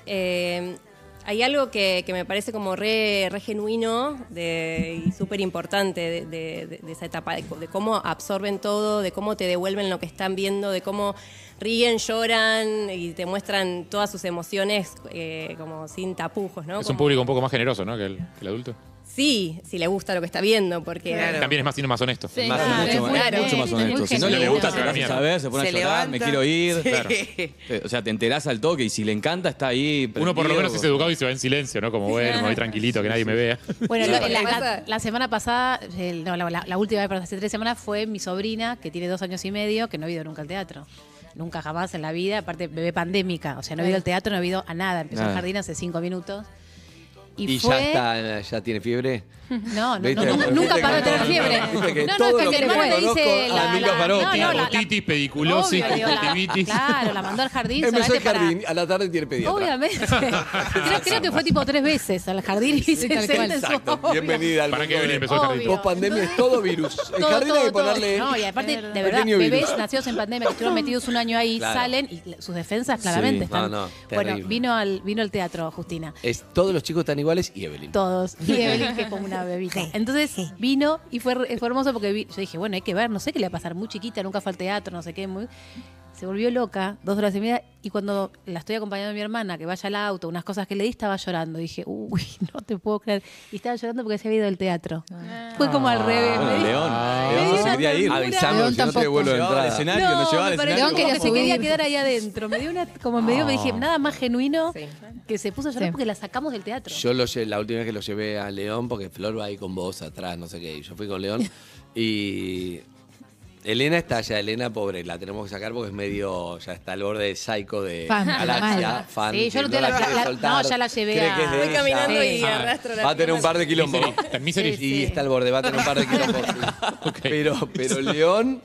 Speaker 8: Eh, hay algo que, que me parece como re, re genuino de- y súper importante de, de- de- de esa etapa, de, co- de cómo absorben todo, de cómo te devuelven lo que están viendo, de cómo ríen, lloran y te muestran todas sus emociones eh, como sin tapujos, ¿no?
Speaker 7: Es un
Speaker 8: Como-
Speaker 7: público un poco más generoso, ¿no? Que el, que el adulto.
Speaker 8: Sí, si le gusta lo que está viendo, porque...
Speaker 5: Claro.
Speaker 7: También es más sino más honesto.
Speaker 3: Sí,
Speaker 1: Más,
Speaker 3: claro,
Speaker 1: mucho, más-
Speaker 3: claro.
Speaker 1: mucho más
Speaker 3: Sí,
Speaker 1: honesto.
Speaker 3: muy
Speaker 1: Si no le
Speaker 3: genuino.
Speaker 1: gusta,
Speaker 7: Sí.
Speaker 1: se a saber, se pone a llorar, me quiero ir.
Speaker 5: Sí.
Speaker 7: claro.
Speaker 1: Eh, O sea, te enterás al toque y si le encanta, está ahí.
Speaker 7: Uno por lo
Speaker 1: prendido.
Speaker 7: menos es educado y se va en silencio, ¿no? Como bueno, me voy tranquilito, que nadie me vea.
Speaker 6: Bueno,
Speaker 8: Sí,
Speaker 6: lo-
Speaker 8: porque
Speaker 6: la,
Speaker 8: pasa-
Speaker 6: la- la semana pasada, el- no, la, la- la última, perdón, hace tres semanas fue mi sobrina, que tiene dos años y medio, que no ha ido nunca al teatro. Nunca jamás en la vida, aparte bebé pandémica, o sea, no ha ido al teatro, no ha ido a nada. Empezó
Speaker 1: Nada.
Speaker 6: al jardín hace cinco minutos. Y,
Speaker 2: ¿Y,
Speaker 6: fue...
Speaker 2: ya está, ya tiene fiebre?
Speaker 6: No, no,
Speaker 2: ¿Viste?
Speaker 6: no, nunca,
Speaker 2: Viste
Speaker 6: nunca
Speaker 2: que
Speaker 6: paró de
Speaker 2: todo-
Speaker 6: tener fiebre.
Speaker 2: viste que
Speaker 6: No,
Speaker 2: todo
Speaker 6: no, es
Speaker 2: lo
Speaker 6: que
Speaker 2: que
Speaker 6: mi hermano le
Speaker 2: conozco,
Speaker 6: dice
Speaker 2: ah,
Speaker 6: la,
Speaker 2: nunca
Speaker 6: la-
Speaker 2: paró,
Speaker 6: no,
Speaker 2: tiene
Speaker 6: no, la-
Speaker 7: otitis,
Speaker 6: la-
Speaker 7: pediculosis,
Speaker 6: obvio, digo, la-
Speaker 7: conjuntivitis.
Speaker 6: Claro, la mandó al jardín.
Speaker 2: Empezó el
Speaker 6: solamente para-
Speaker 2: jardín, a la tarde tiene pediatra.
Speaker 6: Obviamente. creo, creo que fue tipo tres veces al jardín y se
Speaker 4: tal
Speaker 6: sienta
Speaker 4: cual.
Speaker 6: en su
Speaker 2: Exacto,
Speaker 6: obvio.
Speaker 2: bienvenida al
Speaker 7: ¿Para qué
Speaker 2: mundo
Speaker 7: venía?
Speaker 2: de-
Speaker 7: Empezó el jardín.
Speaker 6: Obvio.
Speaker 2: Vos pandemia es todo virus. El
Speaker 6: Todo,
Speaker 2: jardín hay
Speaker 6: todo,
Speaker 2: que
Speaker 6: todo.
Speaker 2: ponerle...
Speaker 6: No, y aparte,
Speaker 4: Pequeño
Speaker 6: de verdad,
Speaker 2: virus.
Speaker 6: bebés nacidos en pandemia que estuvieron metidos un año ahí,
Speaker 2: Claro.
Speaker 6: salen y sus defensas claramente
Speaker 1: Sí.
Speaker 6: están.
Speaker 2: No, no,
Speaker 6: bueno,
Speaker 2: terrible.
Speaker 6: vino al, vino al teatro, Justina.
Speaker 2: Es, todos los chicos están iguales y Evelyn.
Speaker 6: todos. Y Evelyn, que es como una bebita. Entonces vino y fue, fue hermoso porque vi- yo dije, bueno, hay que ver, no sé qué le va a pasar, muy chiquita, nunca fue al teatro, no sé qué. Muy... Se volvió loca, dos horas y media, y cuando la estoy acompañando a mi hermana, que vaya al auto, unas cosas que le di, estaba llorando. Dije, uy, no te puedo creer. Y estaba llorando porque se había ido del teatro. Fue como al revés.
Speaker 1: Bueno,
Speaker 6: me di-
Speaker 1: León.
Speaker 7: Ay.
Speaker 1: León no
Speaker 6: Me
Speaker 1: se
Speaker 6: dio
Speaker 1: quería
Speaker 6: una
Speaker 1: ir.
Speaker 6: ternura.
Speaker 2: Avisando,
Speaker 4: León
Speaker 2: si no te
Speaker 4: tampoco.
Speaker 2: devuelvo la
Speaker 1: Llevaba al
Speaker 2: entrada.
Speaker 1: escenario, no, llevaba al
Speaker 6: me pareció
Speaker 1: escenario.
Speaker 4: León quería
Speaker 6: como que se
Speaker 4: subir.
Speaker 6: quería quedar ahí adentro. Me dio una, como me dio, me dije, nada más genuino
Speaker 8: Sí.
Speaker 6: que se puso a llorar
Speaker 4: Sí.
Speaker 6: porque la sacamos del teatro.
Speaker 2: Yo lo lle- la última vez que lo llevé a León, porque Flor va ahí con vos atrás, no sé qué. y Yo fui con León y. Elena está ya, Elena pobre, la tenemos que sacar porque es medio, ya está al borde de psycho de
Speaker 4: Fan,
Speaker 2: Galaxia,
Speaker 4: mal.
Speaker 2: fan.
Speaker 6: Sí, yo
Speaker 2: que
Speaker 6: lo tengo
Speaker 2: la
Speaker 6: la-
Speaker 2: quiere
Speaker 6: la-
Speaker 2: soltar,
Speaker 6: no, ya la llevé
Speaker 2: cree
Speaker 6: a-
Speaker 2: que es de
Speaker 6: Voy
Speaker 2: ella.
Speaker 8: caminando y
Speaker 6: Sí.
Speaker 8: arrastro la
Speaker 2: Va a tener
Speaker 8: pierna.
Speaker 2: un par de quilombos.
Speaker 7: Tan misery.
Speaker 6: Sí,
Speaker 2: Y está al borde, va a tener un par de quilombos.
Speaker 7: Ok.
Speaker 2: Pero, pero León,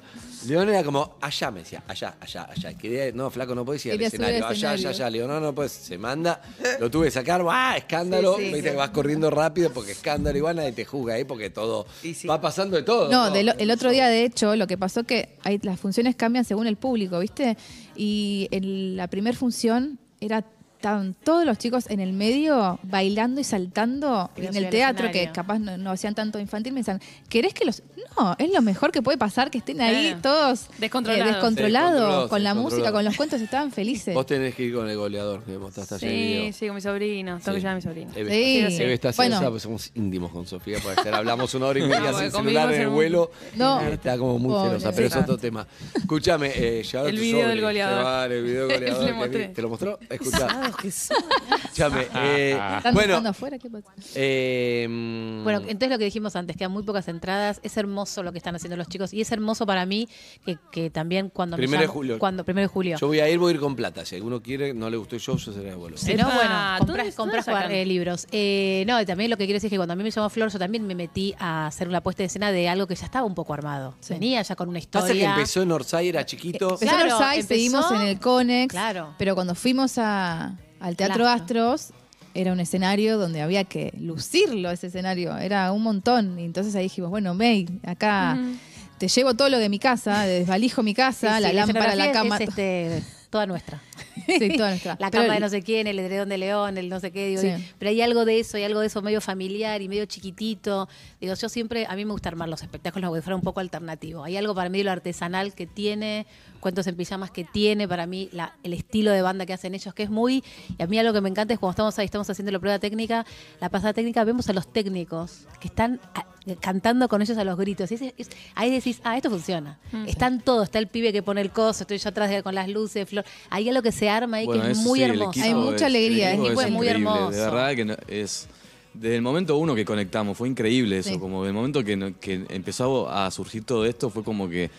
Speaker 2: León era como, allá me decía, allá, allá, allá. Quería, no, flaco, no podés ir al
Speaker 4: Quería subir al
Speaker 2: escenario. Allá, allá,
Speaker 4: escenario.
Speaker 2: allá. León, no, no, pues se manda. Lo tuve que sacar, ¡ah! Escándalo.
Speaker 4: Sí, sí,
Speaker 2: Viste
Speaker 4: sí.
Speaker 2: que vas corriendo rápido porque escándalo. Y van nadie te juzga ahí porque todo.
Speaker 5: Y sí.
Speaker 2: Va pasando de todo.
Speaker 4: No,
Speaker 2: todo.
Speaker 4: del- el otro día, de hecho, lo que pasó que hay- las funciones cambian según el público, ¿viste? Y en la primer función era tan, todos los chicos en el medio bailando y saltando
Speaker 6: Querían
Speaker 4: en
Speaker 6: subir
Speaker 4: el
Speaker 6: al
Speaker 4: teatro, que
Speaker 6: escenario.
Speaker 4: capaz no, no hacían tanto infantil, me decían, ¿querés que los...? No, es lo mejor que puede pasar, que estén ahí
Speaker 6: Claro.
Speaker 4: todos eh,
Speaker 3: Descontrolados.
Speaker 4: descontrolados,
Speaker 2: Descontrolados,
Speaker 4: con la música,
Speaker 2: descontrolados.
Speaker 4: con los cuentos, estaban felices.
Speaker 2: Vos tenés que ir con el goleador que mostraste ayer. el video.
Speaker 3: Sí, sí, con mi sobrino. Tengo que llevar a mi sobrino.
Speaker 2: Eve,
Speaker 4: Sí.
Speaker 2: está- Eve está
Speaker 4: Bueno.
Speaker 2: sensa, pues somos íntimos con Sofía, porque ayer hablamos una hora y media
Speaker 3: No,
Speaker 2: sin
Speaker 3: porque
Speaker 2: celular en
Speaker 3: convivimos
Speaker 2: el
Speaker 3: en un-
Speaker 2: vuelo.
Speaker 4: No.
Speaker 2: Y Está como muy
Speaker 4: Pobre.
Speaker 2: celosa, pero es otro tema. Escúchame, eh, llevaron
Speaker 3: El
Speaker 2: tu
Speaker 3: video del
Speaker 2: sobre,
Speaker 3: goleador.
Speaker 2: llevaron el video del
Speaker 3: Le
Speaker 2: goleador. que
Speaker 3: mostré.
Speaker 2: vi. ¿Te lo mostró? Escuchá. Escúchame. eh,
Speaker 4: ¿Están tocando
Speaker 2: bueno,
Speaker 4: afuera? ¿Qué pasa?
Speaker 2: eh, mm,
Speaker 6: Bueno, entonces lo que dijimos antes, quedan muy pocas entradas, es hermoso lo que están haciendo los chicos y es hermoso para mí que, que también cuando... me
Speaker 2: Primero de
Speaker 6: llaman-
Speaker 2: julio.
Speaker 6: Cuando, primero de julio.
Speaker 2: yo voy a ir, voy a ir con plata. Si alguno quiere, no le gustó el show, yo seré de vuelo.
Speaker 6: Si Eh,
Speaker 4: Ah,
Speaker 6: no,
Speaker 3: Epa,
Speaker 6: bueno,
Speaker 3: ¿dónde- dónde
Speaker 6: compras, compras
Speaker 3: sacan?
Speaker 6: guar- eh, libros. Eh, no, y también lo que quiero decir es que cuando a mí me llamó Flor, yo también me metí a hacer una puesta de escena de algo que ya estaba un poco armado. Venía ya con una historia.
Speaker 2: Pasa que empezó en Orsay, era chiquito.
Speaker 4: Empezó
Speaker 6: Claro,
Speaker 4: en Orsay,
Speaker 6: empezó-
Speaker 4: seguimos en el Conex,
Speaker 6: Claro.
Speaker 4: pero cuando fuimos a- al Teatro
Speaker 6: Claro.
Speaker 4: Astros, era un escenario donde había que lucirlo ese escenario, era un montón. Y entonces ahí dijimos, bueno, May, acá te llevo todo lo de mi casa, desvalijo mi
Speaker 6: Sí,
Speaker 4: casa,
Speaker 6: sí,
Speaker 4: Ah, la lámpara, la
Speaker 6: escenografía
Speaker 4: cama.
Speaker 6: es, este, toda nuestra.
Speaker 4: Sí, toda nuestra.
Speaker 6: La
Speaker 4: Pero-
Speaker 6: cama de no sé quién, el edredón de león, el no sé qué. digo,
Speaker 4: Sí.
Speaker 6: y- pero hay algo de eso, hay algo de eso medio familiar y medio chiquitito. Digo, yo siempre, a mí me gusta armar los espectáculos como que fuera un poco alternativo. Hay algo para mí lo artesanal que tiene, cuentos en pijamas que tiene, para mí la- el estilo de banda que hacen ellos, que es muy... Y a mí algo que me encanta es cuando estamos ahí, estamos haciendo la prueba técnica, la pasada técnica, vemos a los técnicos que están a- cantando con ellos a los gritos. Y ese- es- ahí decís, ah, esto funciona.
Speaker 4: Mm,
Speaker 6: Están todos, está el pibe que pone el coso, estoy yo atrás de- con las luces, flor. Ahí algo que se arma ahí
Speaker 1: Bueno,
Speaker 6: que es
Speaker 1: eso
Speaker 6: muy
Speaker 1: sí, el
Speaker 6: hermoso.
Speaker 1: equipo
Speaker 4: Hay mucha
Speaker 1: es-
Speaker 4: alegría, el
Speaker 1: el
Speaker 4: equipo
Speaker 1: equipo
Speaker 4: es muy
Speaker 1: increíble, De
Speaker 6: hermoso.
Speaker 1: verdad que no- es. Desde el momento uno que conectamos, fue increíble eso.
Speaker 4: Sí.
Speaker 1: Como del momento que, no- que empezó a surgir todo esto, fue como que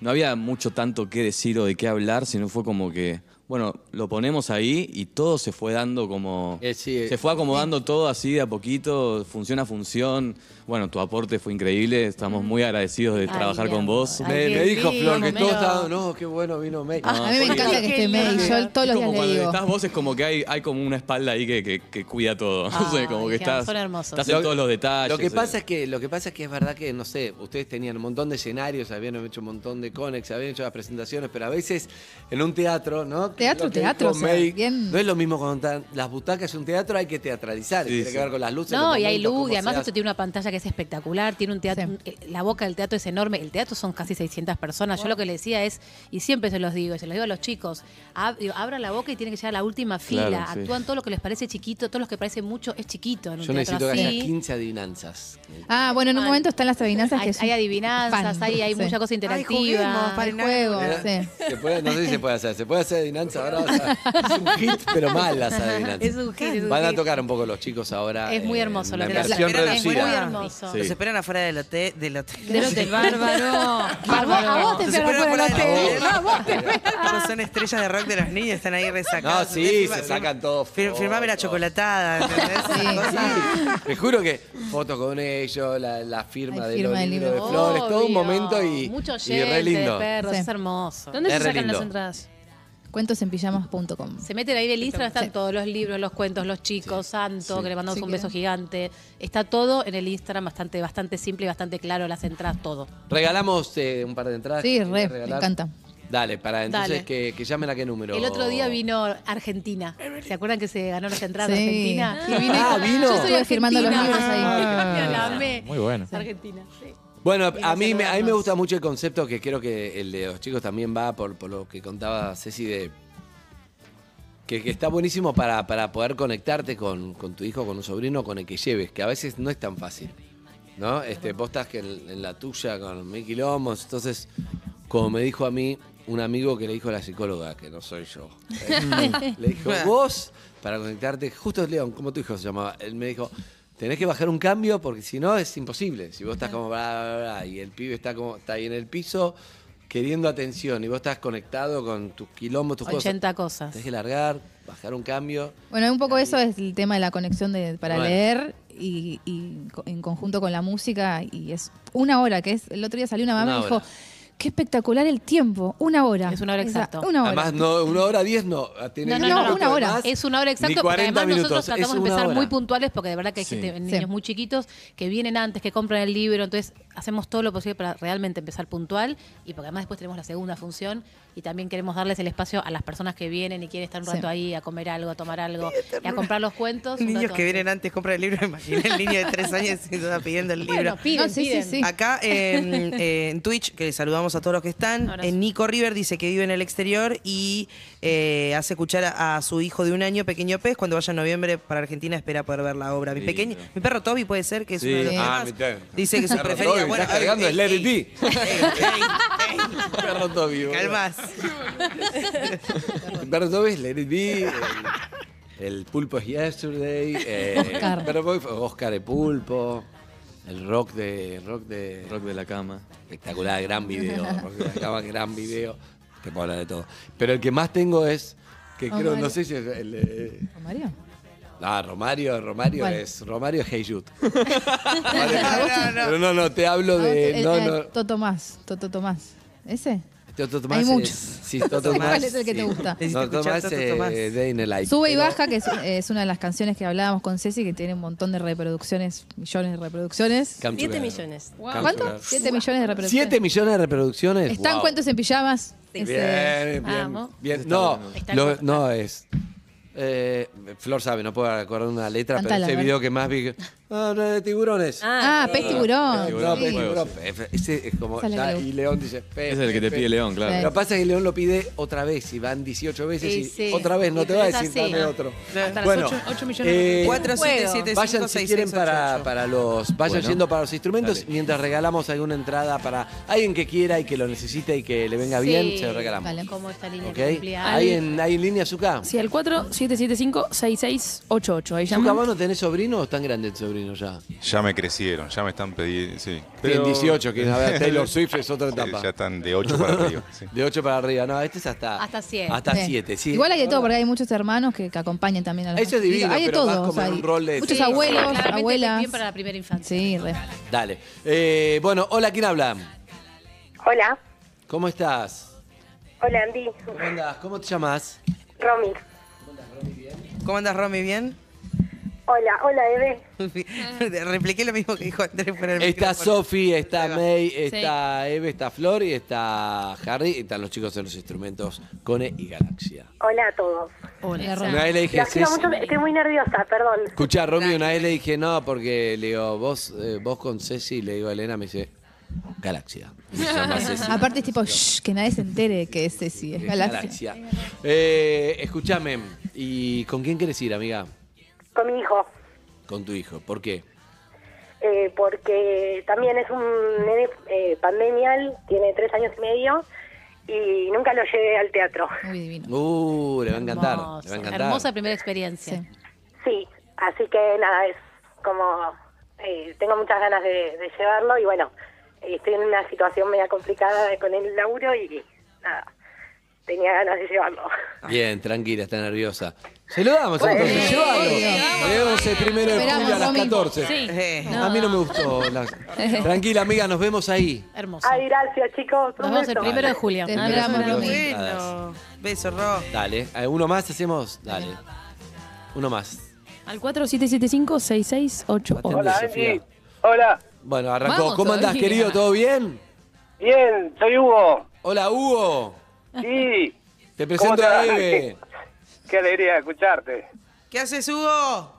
Speaker 1: no había mucho tanto que decir o de qué hablar, sino fue como que, bueno, lo ponemos ahí y todo se fue dando como.
Speaker 2: Eh, sí, eh.
Speaker 1: se fue acomodando todo así de a poquito, función a función. Bueno, tu aporte fue increíble, estamos muy agradecidos de
Speaker 6: Ay,
Speaker 1: trabajar
Speaker 6: mi
Speaker 1: con
Speaker 6: amor.
Speaker 1: vos.
Speaker 6: Ay,
Speaker 2: Me,
Speaker 6: qué
Speaker 2: me dijo
Speaker 6: lindo,
Speaker 2: Flor que todo
Speaker 6: Melo.
Speaker 2: estaba. No, qué bueno vino May.
Speaker 4: Ah, a mí me
Speaker 1: porque-
Speaker 4: encanta que esté May, yo todos los
Speaker 1: es
Speaker 4: días le
Speaker 1: como cuando
Speaker 4: digo.
Speaker 1: estás vos es como que hay, hay como una espalda ahí que, que- que cuida todo.
Speaker 6: Ah,
Speaker 1: O sea, como que
Speaker 6: dijeron,
Speaker 1: estás,
Speaker 6: son hermosos.
Speaker 1: estás en todos los detalles.
Speaker 2: Lo que, pasa
Speaker 1: eh.
Speaker 2: es que, lo que pasa es que es verdad que, no sé, ustedes tenían un montón de escenarios, habían hecho un montón de conex, habían hecho las presentaciones, pero a veces en un teatro, ¿no?
Speaker 4: Teatro,
Speaker 2: Lo que
Speaker 4: teatro,
Speaker 2: dijo
Speaker 4: o sea,
Speaker 2: May,
Speaker 4: bien-
Speaker 2: No es lo mismo cuando están las butacas en un teatro, hay que teatralizar,
Speaker 1: Sí,
Speaker 2: tiene
Speaker 1: sí.
Speaker 2: que ver con las luces.
Speaker 6: No,
Speaker 2: los
Speaker 6: y hay
Speaker 2: momentos,
Speaker 6: luz,
Speaker 2: cómo
Speaker 6: y además
Speaker 2: se
Speaker 6: esto tiene una pantalla que es espectacular, tiene un teatro,
Speaker 4: Sí.
Speaker 6: un- el- la boca del teatro es enorme, el teatro son casi 600 personas, yo lo que le decía es, y siempre se los digo, y se los digo a los chicos, ab- digo, abran la boca y tienen que llegar a la última fila,
Speaker 1: Claro, sí.
Speaker 6: actúan todo lo que les parece chiquito, todo lo que parece mucho es chiquito en un
Speaker 2: hace. Yo
Speaker 6: teatro
Speaker 2: necesito que haya
Speaker 6: así.
Speaker 2: 15 adivinanzas.
Speaker 4: Ah, bueno, en un
Speaker 8: Fan.
Speaker 4: momento están las adivinanzas que
Speaker 6: Hay,
Speaker 4: es
Speaker 6: hay
Speaker 4: un
Speaker 6: adivinanzas,
Speaker 4: fan.
Speaker 6: hay, hay
Speaker 4: Sí.
Speaker 6: mucha cosa
Speaker 5: juguemos,
Speaker 6: interactiva.
Speaker 5: para-
Speaker 4: Hay
Speaker 5: Ay,
Speaker 4: juegos,
Speaker 2: ¿Eh?
Speaker 4: sí.
Speaker 2: Se puede- no sé si se puede hacer, se puede hacer adivinanza ahora. vas a- es un hit, pero mal las adivinanzas.
Speaker 6: Es un hit, es un
Speaker 2: Van a
Speaker 6: hit. tocar
Speaker 2: tocar un poco los chicos ahora.
Speaker 6: Es muy
Speaker 2: eh,
Speaker 6: hermoso lo
Speaker 2: una
Speaker 6: que hacen.
Speaker 2: versión
Speaker 5: Esperan
Speaker 6: Es muy
Speaker 5: reducida.
Speaker 6: hermoso.
Speaker 1: Sí.
Speaker 5: Los esperan afuera del hotel. Del hotel.
Speaker 3: Del hotel bárbaro.
Speaker 6: A vos- a vos te
Speaker 5: Los
Speaker 6: esperan
Speaker 5: esperan
Speaker 6: afuera del
Speaker 5: afuera del
Speaker 6: hotel.
Speaker 5: hotel. Ellos son estrellas de rock de los niños, están ahí resacados.
Speaker 2: No, sí,
Speaker 5: Firma-
Speaker 2: se sacan todos
Speaker 5: Fir- Firmame la
Speaker 2: fotos.
Speaker 5: chocolatada, ¿entendés?
Speaker 4: Sí,
Speaker 5: Cosas-
Speaker 2: Te juro que fotos con ellos, la, la firma,
Speaker 4: Hay
Speaker 2: de
Speaker 4: firma
Speaker 2: los
Speaker 4: del
Speaker 2: libros de
Speaker 4: libro.
Speaker 2: flores, todo un
Speaker 6: Obvio.
Speaker 2: momento y,
Speaker 6: Mucho
Speaker 2: y
Speaker 6: gente,
Speaker 2: re lindo.
Speaker 6: perros,
Speaker 4: Sí.
Speaker 6: es hermoso.
Speaker 3: ¿Dónde
Speaker 2: Es
Speaker 3: se
Speaker 2: re
Speaker 3: sacan
Speaker 2: lindo.
Speaker 3: las entradas?
Speaker 4: Cuentos en pijamas.com.
Speaker 6: Se meten ahí en el Instagram, están todos los libros, los cuentos, los chicos, Santo, que le mandamos
Speaker 4: Sí,
Speaker 6: un
Speaker 4: que-
Speaker 6: beso gigante. Está todo en el Instagram, bastante, bastante simple y bastante claro, las entradas, todo.
Speaker 2: Regalamos eh, un par de entradas.
Speaker 4: Sí,
Speaker 2: ¿Querés
Speaker 4: re, me
Speaker 2: regalar?
Speaker 4: encanta.
Speaker 2: Dale, para entonces
Speaker 6: Dale.
Speaker 2: Que, que llamen a qué número.
Speaker 6: El otro día vino Argentina. ¿Se acuerdan que se ganó las entradas
Speaker 4: Sí.
Speaker 6: de Argentina?
Speaker 4: Y vino-
Speaker 2: Ah, vino.
Speaker 4: Yo estoy firmando los libros
Speaker 6: Argentina.
Speaker 7: Ah.
Speaker 4: ahí.
Speaker 6: Yo Ah, la amé.
Speaker 7: Muy bueno.
Speaker 6: Argentina. sí.
Speaker 2: Bueno,
Speaker 6: Y
Speaker 2: a
Speaker 6: nos
Speaker 2: mí, me, a mí me
Speaker 6: saludamos.
Speaker 2: gusta mucho el concepto que creo que el de los chicos también va por, por lo que contaba Ceci de. Que, que está buenísimo para, para poder conectarte con, con tu hijo, con un sobrino, con el que lleves, que a veces no es tan fácil. ¿No? Este, vos estás que en, en la tuya con mil kilómetros, entonces, como me dijo a mí un amigo que le dijo a la psicóloga, que no soy yo, le dijo, vos, para conectarte, justo es León, como tu hijo se llamaba, él me dijo, tenés que bajar un cambio porque si no es imposible. Si vos estás como, bla, bla, bla, y el pibe está como, está ahí en el piso queriendo atención y vos estás conectado con tus quilombos, tus cosas.
Speaker 6: 80 cosas.
Speaker 2: Tenés que largar, bajar un cambio.
Speaker 4: Bueno, un poco eso es el tema de la conexión de, para
Speaker 2: Bueno.
Speaker 4: leer y, y co- en conjunto con la música. Y es una hora, que es. El otro día salió una mamá
Speaker 2: Una
Speaker 4: y dijo:
Speaker 2: hora.
Speaker 4: Qué espectacular el tiempo. Una hora.
Speaker 6: Es una hora
Speaker 4: Esa-
Speaker 6: exacto.
Speaker 4: Una hora.
Speaker 2: Además, no, una hora diez no. tiene
Speaker 6: No,
Speaker 4: No,
Speaker 6: no,
Speaker 4: no,
Speaker 6: no,
Speaker 4: una hora.
Speaker 2: más,
Speaker 6: Es una hora
Speaker 2: ni
Speaker 6: exacta, porque
Speaker 2: 40
Speaker 6: además nosotros
Speaker 2: minutos,
Speaker 6: tratamos
Speaker 2: es
Speaker 6: de
Speaker 2: una
Speaker 6: empezar
Speaker 2: hora.
Speaker 6: muy puntuales, porque de verdad que hay
Speaker 1: Sí.
Speaker 6: gente,
Speaker 4: Sí.
Speaker 6: niños muy chiquitos que vienen antes, que compran el libro, entonces hacemos todo lo posible para realmente empezar puntual y porque además después tenemos la segunda función y también queremos darles el espacio a las personas que vienen y quieren estar un
Speaker 4: Sí.
Speaker 6: rato ahí a comer algo, a tomar algo y a comprar los cuentos. un
Speaker 5: Niños
Speaker 6: rato.
Speaker 5: que vienen antes compran el libro, me imaginé el niño de tres años sin duda pidiendo el libro.
Speaker 6: Bueno, piden,
Speaker 4: No, sí, sí,
Speaker 6: piden.
Speaker 4: sí.
Speaker 5: Acá eh, eh, en Twitch, que saludamos a todos los que están,
Speaker 6: Abrazo.
Speaker 5: eh, Nico River dice que vive en el exterior y eh, hace escuchar a, a su hijo de un año, Pequeño Pez, cuando vaya en noviembre para Argentina espera poder ver la obra. Mi,
Speaker 1: Lindo.
Speaker 5: pequeño, mi perro Toby puede ser, que es
Speaker 1: Sí.
Speaker 5: uno de los
Speaker 4: Sí.
Speaker 5: que
Speaker 4: Ah,
Speaker 5: más
Speaker 2: mi perro.
Speaker 5: dice que su
Speaker 2: Perro
Speaker 5: preferida.
Speaker 2: Toby, estás
Speaker 5: eh,
Speaker 2: cargando, es Let It Be. Perro Toby,
Speaker 5: eh,
Speaker 2: boludo.
Speaker 5: Calmas.
Speaker 2: Humberto Toby, Let It Be, el, el Pulpo es Yesterday, eh,
Speaker 4: Oscar.
Speaker 2: Pero voy- Oscar de Pulpo, el rock de, rock de
Speaker 1: Rock de la cama.
Speaker 2: espectacular, gran video, rock de la cama, gran video, te puedo hablar de todo. Pero el que más tengo es, que
Speaker 4: Oh,
Speaker 2: creo, no
Speaker 4: Mario.
Speaker 2: sé si es el, de-
Speaker 4: Mario.
Speaker 2: Ah, Romario, Romario
Speaker 4: ¿Cuál?
Speaker 2: es Romario es Hey Jude.
Speaker 5: No, no, no.
Speaker 2: Pero no, no, te hablo de.
Speaker 4: El-
Speaker 2: No,
Speaker 4: el-
Speaker 2: no.
Speaker 4: Toto Tomás. Toto Tomás. ¿Ese?
Speaker 2: Este Otto Tomás
Speaker 4: Hay
Speaker 2: es-
Speaker 4: muchos.
Speaker 2: Sí, Toto
Speaker 4: ¿Cuál
Speaker 2: Tomás.
Speaker 4: es el que te
Speaker 2: sí.
Speaker 4: gusta?
Speaker 5: Necesito
Speaker 2: No,
Speaker 5: escuchar
Speaker 2: Tomás
Speaker 5: Toto
Speaker 2: es
Speaker 5: Tomás.
Speaker 2: eh, Day in the Life.
Speaker 4: Sube y
Speaker 2: Pero-
Speaker 4: baja, que es, es una de las canciones que hablábamos con Ceci, que tiene un montón de reproducciones, millones de reproducciones.
Speaker 2: Come
Speaker 8: Siete
Speaker 2: together.
Speaker 8: millones.
Speaker 4: ¿Cuánto? Siete millones de reproducciones.
Speaker 2: ¿Siete millones de reproducciones?
Speaker 4: Están
Speaker 2: Wow.
Speaker 4: cuentos en pijamas.
Speaker 2: Bien,
Speaker 4: Ese-
Speaker 2: bien,
Speaker 6: Vamos.
Speaker 2: bien.
Speaker 1: Está
Speaker 2: No,
Speaker 1: bueno.
Speaker 6: Está
Speaker 2: lo-
Speaker 6: bueno.
Speaker 2: no es. eh, Flor sabe, no puedo acordar una letra, pero
Speaker 4: Cantala, a
Speaker 2: este
Speaker 4: ver.
Speaker 2: video que más vi. que- Ah, no, de tiburones.
Speaker 4: Ah,
Speaker 8: sí.
Speaker 4: pez tiburón.
Speaker 2: Tiburón,
Speaker 4: sí.
Speaker 2: pez, tiburón, pez. Ese es como.
Speaker 4: Esa es la
Speaker 2: ya,
Speaker 4: que le
Speaker 2: y León dice.
Speaker 9: Eh,
Speaker 2: pez,
Speaker 1: Es el que te
Speaker 2: pez,
Speaker 1: pide
Speaker 2: pez.
Speaker 1: León, claro.
Speaker 2: Lo que pasa es que León lo pide otra vez y van 18 veces
Speaker 6: Sí,
Speaker 2: y
Speaker 6: sí.
Speaker 2: otra vez no
Speaker 6: Y
Speaker 2: te va a
Speaker 6: es
Speaker 2: decir
Speaker 6: así.
Speaker 2: dame otro.
Speaker 5: Hasta
Speaker 6: las ocho- ocho millones
Speaker 2: eh,
Speaker 6: de-
Speaker 5: Cuatro, siete,
Speaker 6: Juego.
Speaker 5: siete, cinco,
Speaker 2: Vayan si
Speaker 5: seis,
Speaker 2: quieren
Speaker 5: seis, ocho,
Speaker 2: para,
Speaker 5: ocho.
Speaker 2: para los vayan
Speaker 1: Bueno.
Speaker 2: yendo para los instrumentos
Speaker 1: Dale.
Speaker 2: mientras regalamos alguna entrada para alguien que quiera y que lo necesite y que le venga bien,
Speaker 6: Sí.
Speaker 2: se lo regalamos.
Speaker 4: Dale.
Speaker 6: Como esta línea
Speaker 2: ¿Ok?
Speaker 6: que cumplía.
Speaker 2: ¿Hay en, ¿Hay en línea Zuka?
Speaker 10: Sí, al 4775-6688. Ahí
Speaker 2: ¿Zuka,
Speaker 10: llaman.
Speaker 2: vos no tenés sobrino o es tan grande el sobrino ya?
Speaker 11: Ya me crecieron, ya me están pidiendo, sí.
Speaker 2: Tienen 18, que a ver, Taylor Swift es otra
Speaker 11: Sí,
Speaker 2: etapa.
Speaker 11: ya están de 8 para arriba. sí.
Speaker 2: De 8 para arriba, no, este es hasta...
Speaker 6: Hasta siete.
Speaker 2: Hasta
Speaker 4: Sí.
Speaker 2: 7, sí.
Speaker 4: Igual hay de todo, porque hay muchos hermanos que, que acompañan también a los
Speaker 2: Eso es divino,
Speaker 4: Hay de
Speaker 2: pero vas
Speaker 4: todo.
Speaker 2: como en un rol de-
Speaker 4: muchos
Speaker 2: Sí,
Speaker 4: abuelos,
Speaker 6: claramente
Speaker 4: abuelas.
Speaker 6: Bien para la primera infancia.
Speaker 4: Sí, re.
Speaker 2: Dale. Eh, bueno, hola, ¿quién habla?
Speaker 9: Hola,
Speaker 2: ¿Cómo estás?
Speaker 9: hola Andy,
Speaker 2: ¿Cómo andás? ¿Cómo te llamas?
Speaker 9: Romy.
Speaker 5: ¿Cómo andas, Romy? ¿Bien?
Speaker 9: Hola, hola bebé.
Speaker 5: Repliqué lo mismo que dijo Andrés por el
Speaker 2: Está
Speaker 5: micrófono.
Speaker 2: Sofi, está
Speaker 5: Ahí va.
Speaker 2: May, está Eve, está Flor y está Harry. y Están los chicos en los instrumentos Cone y Galaxia.
Speaker 9: Hola a todos.
Speaker 4: La
Speaker 6: Hola.
Speaker 4: Romy.
Speaker 2: Una vez le dije,
Speaker 9: Los quiero
Speaker 2: Ceci-
Speaker 9: mucho, estoy muy nerviosa, perdón.
Speaker 2: escuchá, Romy, una vez le dije, no, porque le digo, vos, eh, vos con Ceci, le digo a Elena, me dice, Galaxia. Se llama Ceci.
Speaker 4: Aparte es tipo, shh, que nadie se entere que es Ceci, es
Speaker 2: Eh,
Speaker 4: Galaxia.
Speaker 2: Eh, escuchame, ¿y con quién quieres ir, amiga?
Speaker 9: Con mi hijo,
Speaker 2: Con tu hijo. ¿Por qué?
Speaker 9: eh, porque también es un nene eh, pandemial, tiene tres años y medio y nunca lo llevé al teatro.
Speaker 4: Muy divino.
Speaker 2: Uh, le va a encantar. Le va a
Speaker 6: Hermoso.
Speaker 2: encantar.
Speaker 6: Hermosa primera experiencia.
Speaker 4: Sí.
Speaker 9: Sí, así que nada, es como, eh, tengo muchas ganas de, de llevarlo y bueno, eh, estoy en una situación media complicada con el laburo y nada, tenía ganas de llevarlo.
Speaker 2: Bien, tranquila, está nerviosa. Se lo damos
Speaker 9: Bueno.
Speaker 2: entonces,
Speaker 9: Sí,
Speaker 2: llévalo.
Speaker 9: sí,
Speaker 2: Le damos el primero de
Speaker 4: Esperamos,
Speaker 2: julio a las
Speaker 4: Romy.
Speaker 2: 14.
Speaker 5: Eh,
Speaker 2: A mí no me gustó. la- Tranquila, amiga, nos vemos ahí.
Speaker 6: Hermosa.
Speaker 9: Ay, gracias chicos.
Speaker 6: Nos vemos el
Speaker 9: prometo.
Speaker 6: primero de julio.
Speaker 4: Te
Speaker 2: Dale.
Speaker 4: esperamos,
Speaker 2: Dale.
Speaker 4: Romy.
Speaker 5: Bueno, beso, Ro.
Speaker 2: Dale, eh, uno más hacemos. Dale. Uno más.
Speaker 10: Al 4775-6688.
Speaker 2: Atende, Sofía.
Speaker 9: Hola.
Speaker 2: Bueno, arrancó.
Speaker 4: Vamos
Speaker 2: ¿Cómo andás,
Speaker 4: todavía.
Speaker 2: querido? ¿Todo bien?
Speaker 9: Bien, soy Hugo.
Speaker 2: Hola, Hugo.
Speaker 12: Sí.
Speaker 2: Te
Speaker 12: ¿Cómo
Speaker 2: presento
Speaker 12: te va?
Speaker 2: a Eve.
Speaker 12: Qué alegría escucharte.
Speaker 5: ¿Qué haces, Hugo?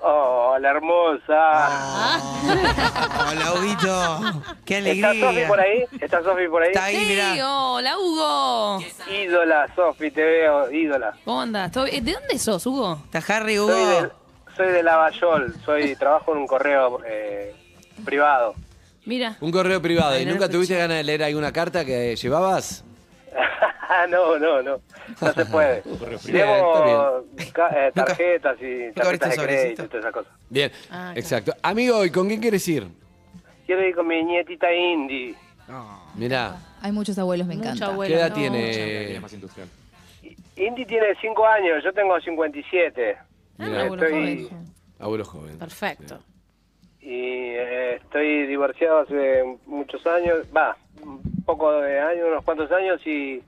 Speaker 12: Oh, la hermosa.
Speaker 5: Hola, Huguito. Qué alegría.
Speaker 12: Ah. ¿Está Sofi por ahí? ¿Está Sofi por ahí?
Speaker 5: Está ahí,
Speaker 13: Sí, hola Hugo.
Speaker 12: Ídola, Sofi, te veo, ídola.
Speaker 13: ¿Cómo andas? ¿Todo bien? ¿De dónde sos, Hugo?
Speaker 5: Está Harry,
Speaker 12: Soy de, soy de Lavallol, soy, trabajo en un correo eh, privado.
Speaker 13: Mira.
Speaker 2: Un correo privado.
Speaker 12: Ay,
Speaker 2: ¿Y
Speaker 12: no lo
Speaker 2: nunca tuviste ganas de leer alguna carta que llevabas?
Speaker 12: Ah, no, no, no. No se puede. Llevo ca- eh, tarjetas y tarjetas de
Speaker 2: cobriste
Speaker 12: crédito y
Speaker 2: sobrecito?
Speaker 12: todas esas cosas.
Speaker 2: Bien,
Speaker 12: Ah, claro.
Speaker 2: exacto. Amigo, ¿y con quién quieres ir?
Speaker 12: Quiero ir con mi nietita Indy.
Speaker 2: Mirá,
Speaker 4: Hay muchos abuelos, me encanta.
Speaker 2: ¿qué edad tiene?
Speaker 12: Indy tiene 5 años, yo tengo 57.
Speaker 13: Ah,
Speaker 2: Mirá.
Speaker 12: Estoy-
Speaker 2: Abuelo joven.
Speaker 13: Perfecto.
Speaker 12: y eh, estoy divorciado hace muchos años, va, un poco de años, unos cuantos años y,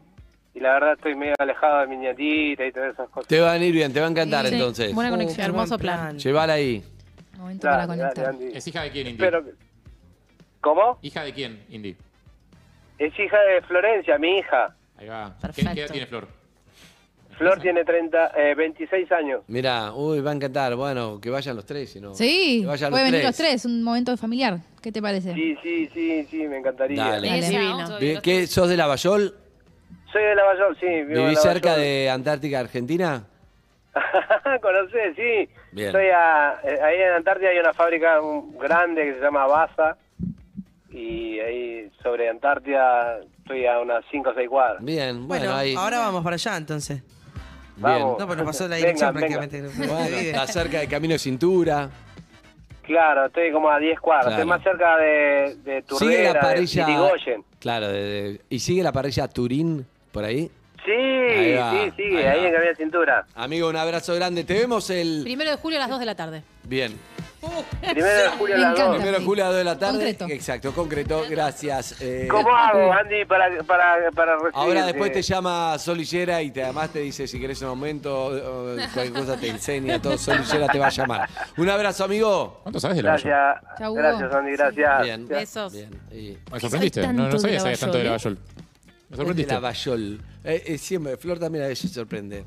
Speaker 12: y la verdad estoy medio alejado de mi nietita y todas esas cosas.
Speaker 2: Te van a ir bien, te va a encantar entonces.
Speaker 13: Buena conexión. Hermoso
Speaker 5: Uh, plan.
Speaker 2: Llévala ahí.
Speaker 4: Momento para
Speaker 12: Dale,
Speaker 4: conectar.
Speaker 12: dale, Andy.
Speaker 7: ¿Es hija de quién, Indy?
Speaker 12: Espero que- ¿Cómo?
Speaker 7: ¿Hija de quién, Indy?
Speaker 12: Es hija de Florencia, mi hija.
Speaker 7: Ahí va. ¿Qué-
Speaker 12: Perfecto.
Speaker 7: ¿Qué edad tiene Flor?
Speaker 12: Flor tiene 30, eh, 26 años.
Speaker 2: Mirá, uy, va a encantar. Bueno, que vayan los tres, si no.
Speaker 4: Sí,
Speaker 2: que
Speaker 4: pueden
Speaker 2: vayan los
Speaker 4: venir
Speaker 2: tres.
Speaker 4: los tres, un momento familiar. ¿Qué te parece?
Speaker 12: Sí, sí, sí, sí, me encantaría.
Speaker 2: Dale.
Speaker 4: Divino.
Speaker 2: Bien, ¿Qué, ¿Sos de Lavallol?
Speaker 12: Soy de Lavallol, sí. vivo en
Speaker 2: ¿Vivís cerca
Speaker 12: Lavallol.
Speaker 2: de Antártica, Argentina?
Speaker 12: Conocés, sí.
Speaker 2: Bien.
Speaker 12: Estoy a- eh, ahí en Antártida hay una fábrica um, grande que se llama Baza. Y ahí sobre Antártida estoy a unas 5 o 6 cuadras.
Speaker 2: Bien,
Speaker 5: Bueno, ahora vamos para allá, entonces.
Speaker 12: Vamos.
Speaker 5: No, pues nos pasó la
Speaker 12: Venga,
Speaker 5: dirección
Speaker 12: venga.
Speaker 5: prácticamente.
Speaker 2: Bueno, está cerca del Camino de Cintura.
Speaker 12: Claro, estoy como a 10 cuadras.
Speaker 2: Claro.
Speaker 12: Estoy más cerca de, de
Speaker 2: sigue la
Speaker 12: Turdera, de
Speaker 2: parrilla.
Speaker 12: Irigoyen.
Speaker 2: Claro, de- de- y sigue la parrilla Turín por ahí.
Speaker 12: Sí,
Speaker 2: Ahí va,
Speaker 12: sí, sí,
Speaker 2: ahí
Speaker 12: ahí,
Speaker 2: va.
Speaker 12: en Camino de Cintura.
Speaker 2: Amigo, un abrazo grande. Te vemos el.
Speaker 6: Primero de julio a las 2 de la tarde.
Speaker 2: Bien.
Speaker 12: Primero de julio a las dos.
Speaker 2: Primero de julio a las 2 de la tarde.
Speaker 6: Concreto.
Speaker 2: Exacto, concreto. Gracias. eh.
Speaker 12: ¿Cómo hago, Andy, para, para, para recibir?
Speaker 2: Ahora después te llama Solillera y te, además te dice si querés un aumento, eh, cualquier cosa te enseña, todo Solillera te va a llamar. Un abrazo, amigo.
Speaker 7: ¿Cuánto sabes de la Bayol?
Speaker 12: Gracias.
Speaker 4: Chau, Hugo.
Speaker 12: Gracias, Andy, gracias.
Speaker 2: Bien.
Speaker 6: Besos.
Speaker 7: Me sorprendiste.
Speaker 2: Soy
Speaker 7: No, no
Speaker 2: tanto
Speaker 7: sabía
Speaker 2: de
Speaker 7: que sabías tanto de la Bayol. Me sorprendiste.
Speaker 2: La Bayol. Eh, eh, siempre, Flor también a veces sorprende.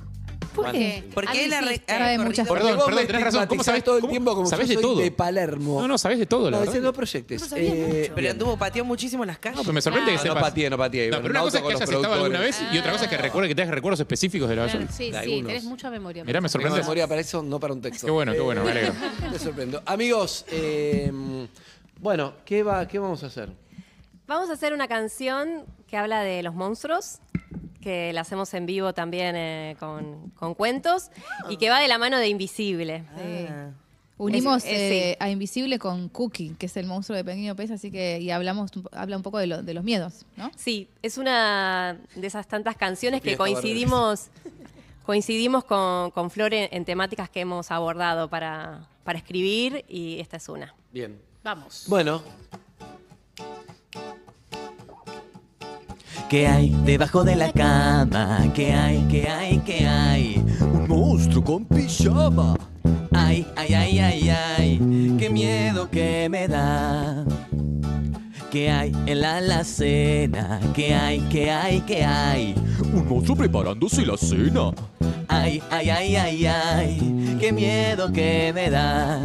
Speaker 5: ¿Por qué? Porque él ha re- ha
Speaker 4: Trae
Speaker 5: recorrido-
Speaker 4: muchas
Speaker 7: Perdón,
Speaker 2: Porque vos
Speaker 7: perdón,
Speaker 2: me
Speaker 7: tenés razón. ¿Cómo
Speaker 2: estigmatizás
Speaker 7: sabés
Speaker 2: todo el
Speaker 7: cómo
Speaker 2: tiempo como
Speaker 7: sabés
Speaker 2: yo
Speaker 7: de
Speaker 2: soy
Speaker 7: todo?
Speaker 2: de Palermo?
Speaker 7: No, no, sabés de todo, la
Speaker 2: No,
Speaker 7: verdad.
Speaker 2: ese no proyectes.
Speaker 5: No sabía mucho. Pero anduvo, pateó muchísimo las calles.
Speaker 7: Ah, No, pero me sorprende que
Speaker 2: eh, No
Speaker 7: sepas.
Speaker 2: pateé, no pateé.
Speaker 7: No, pero una cosa es que
Speaker 2: Con los
Speaker 7: hayas estado alguna
Speaker 2: productores.
Speaker 7: vez y otra cosa es que recuerde que tengas recuerdos específicos de la Bayol.
Speaker 6: Ah. Sí, sí,
Speaker 2: algunos.
Speaker 6: tenés mucha memoria.
Speaker 7: Mirá, me sorprende.
Speaker 2: Tengo memoria para eso, no para un texto.
Speaker 7: Qué bueno, qué bueno, me alegro.
Speaker 2: Te sorprendo. Amigos, eh, bueno, ¿qué, va, ¿qué vamos a hacer?
Speaker 8: Vamos a hacer una canción que habla de los monstruos, que la hacemos en vivo también eh, con, con cuentos y que va de la mano de Invisible.
Speaker 5: Ah.
Speaker 4: Unimos
Speaker 8: Es- es-
Speaker 4: eh, a Invisible con Cookie, que es el monstruo de Pequeño Pez, así que y hablamos habla un poco de, lo- de los miedos, ¿no?
Speaker 8: Sí, es una de esas tantas canciones que
Speaker 4: Fiesta
Speaker 8: coincidimos, coincidimos con, con Flor en, en temáticas que hemos abordado para, para escribir y esta es una.
Speaker 2: Bien.
Speaker 6: Vamos.
Speaker 2: Bueno,
Speaker 14: ¿Qué hay debajo de la cama? ¿Qué hay? ¿Qué hay? ¿Qué hay? Un monstruo con pijama. Ay, ay, ay, ay, ay. Qué miedo que me da. ¿Qué hay en la alacena? ¿Qué hay? ¿Qué hay? ¿Qué hay? Un monstruo preparándose la cena. Ay, ay, ay, ay, ay. Qué miedo que me da.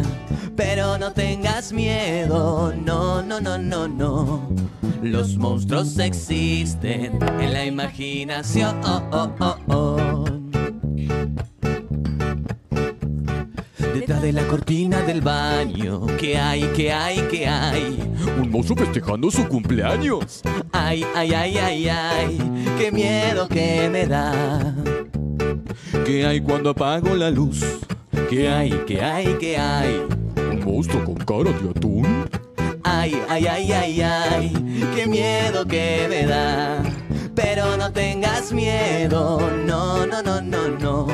Speaker 14: Pero no tengas miedo. No, no, no, no, no. Los monstruos existen en la imaginación. Detrás de la cortina del baño, ¿qué hay? ¿Qué hay? ¿Qué hay? Un monstruo festejando su cumpleaños. Ay, ay, ay, ay, ay, qué miedo que me da. ¿Qué hay cuando apago la luz? ¿Qué hay? ¿Qué hay? ¿Qué hay? Un monstruo con cara de atún. Ay, ay, ay, ay, ay, qué miedo que me da. Pero no tengas miedo, no, no, no, no, no.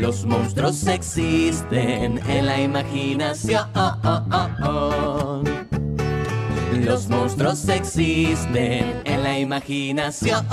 Speaker 14: Los monstruos existen en la imaginación. Los monstruos existen en la imaginación.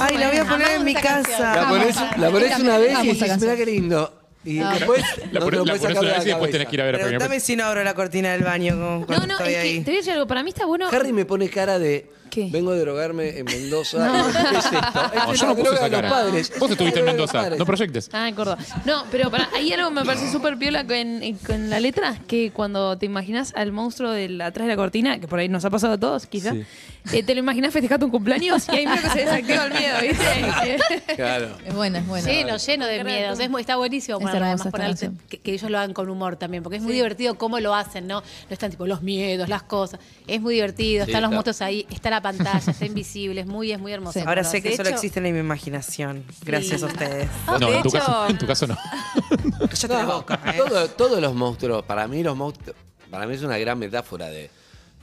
Speaker 5: Ay, la voy a poner en mi casa.
Speaker 13: Oh,
Speaker 2: la ponés, la ponés una vez y
Speaker 5: Vamos a
Speaker 2: decís,
Speaker 5: casa.
Speaker 2: mirá qué lindo. Y
Speaker 5: Ah.
Speaker 2: después
Speaker 7: La
Speaker 2: no pues te
Speaker 7: pones-
Speaker 2: lo
Speaker 7: la
Speaker 2: puedes
Speaker 7: pones
Speaker 2: sacar
Speaker 7: una
Speaker 2: de
Speaker 7: vez y
Speaker 2: la
Speaker 7: después tenés
Speaker 2: cabeza.
Speaker 7: que ir a ver a Pequeño
Speaker 5: Pregúntame si no abro la cortina del baño con-
Speaker 13: No,
Speaker 5: cuando
Speaker 13: no,
Speaker 5: estoy
Speaker 13: es que
Speaker 5: ahí.
Speaker 13: te voy a decir algo, para mí está bueno.
Speaker 2: Harry me pone cara de. Vengo de drogarme en Mendoza. ¿Qué es esto? Esta
Speaker 7: No,
Speaker 2: es
Speaker 7: yo
Speaker 2: la
Speaker 7: no puse
Speaker 2: droga
Speaker 7: esa
Speaker 2: de los
Speaker 7: cara.
Speaker 2: padres.
Speaker 7: Vos estuviste en
Speaker 2: Droga de los
Speaker 7: Mendoza,
Speaker 2: padres.
Speaker 7: no proyectes.
Speaker 13: Ah, en Córdoba. No, pero para, hay algo que me parece súper piola con, eh, con la letra, que cuando te imaginas al monstruo del atrás de la cortina, que por ahí nos ha pasado a todos, quizás, te lo imaginas festejando un cumpleaños y ahí medio que se desactiva el miedo, ¿viste?
Speaker 2: Claro.
Speaker 4: Es buena, es buena.
Speaker 6: Lleno, lleno de miedos. Es, mu- está buenísimo
Speaker 4: Es
Speaker 6: ponerlo,
Speaker 4: hermosa
Speaker 6: además,
Speaker 4: esta
Speaker 6: ponerlo-
Speaker 4: canción.
Speaker 6: que, que ellos lo hagan con humor también, porque es muy divertido cómo lo hacen, ¿no? No están tipo los miedos, las cosas. Es muy divertido,
Speaker 5: Sí,
Speaker 6: están los
Speaker 5: está.
Speaker 6: motos ahí, está la pantalla, está invisible, es muy, es muy hermoso.
Speaker 5: Ahora sé que
Speaker 6: De
Speaker 5: solo
Speaker 6: hecho-
Speaker 5: existe en mi imaginación. Gracias
Speaker 6: Sí.
Speaker 5: a ustedes.
Speaker 7: No,
Speaker 6: de
Speaker 7: en tu,
Speaker 6: hecho-
Speaker 7: caso, en tu caso no.
Speaker 5: Cállate la boca. ¿eh?
Speaker 2: Todo- todos los monstruos, para mí los monstruos, para mí es una gran metáfora de,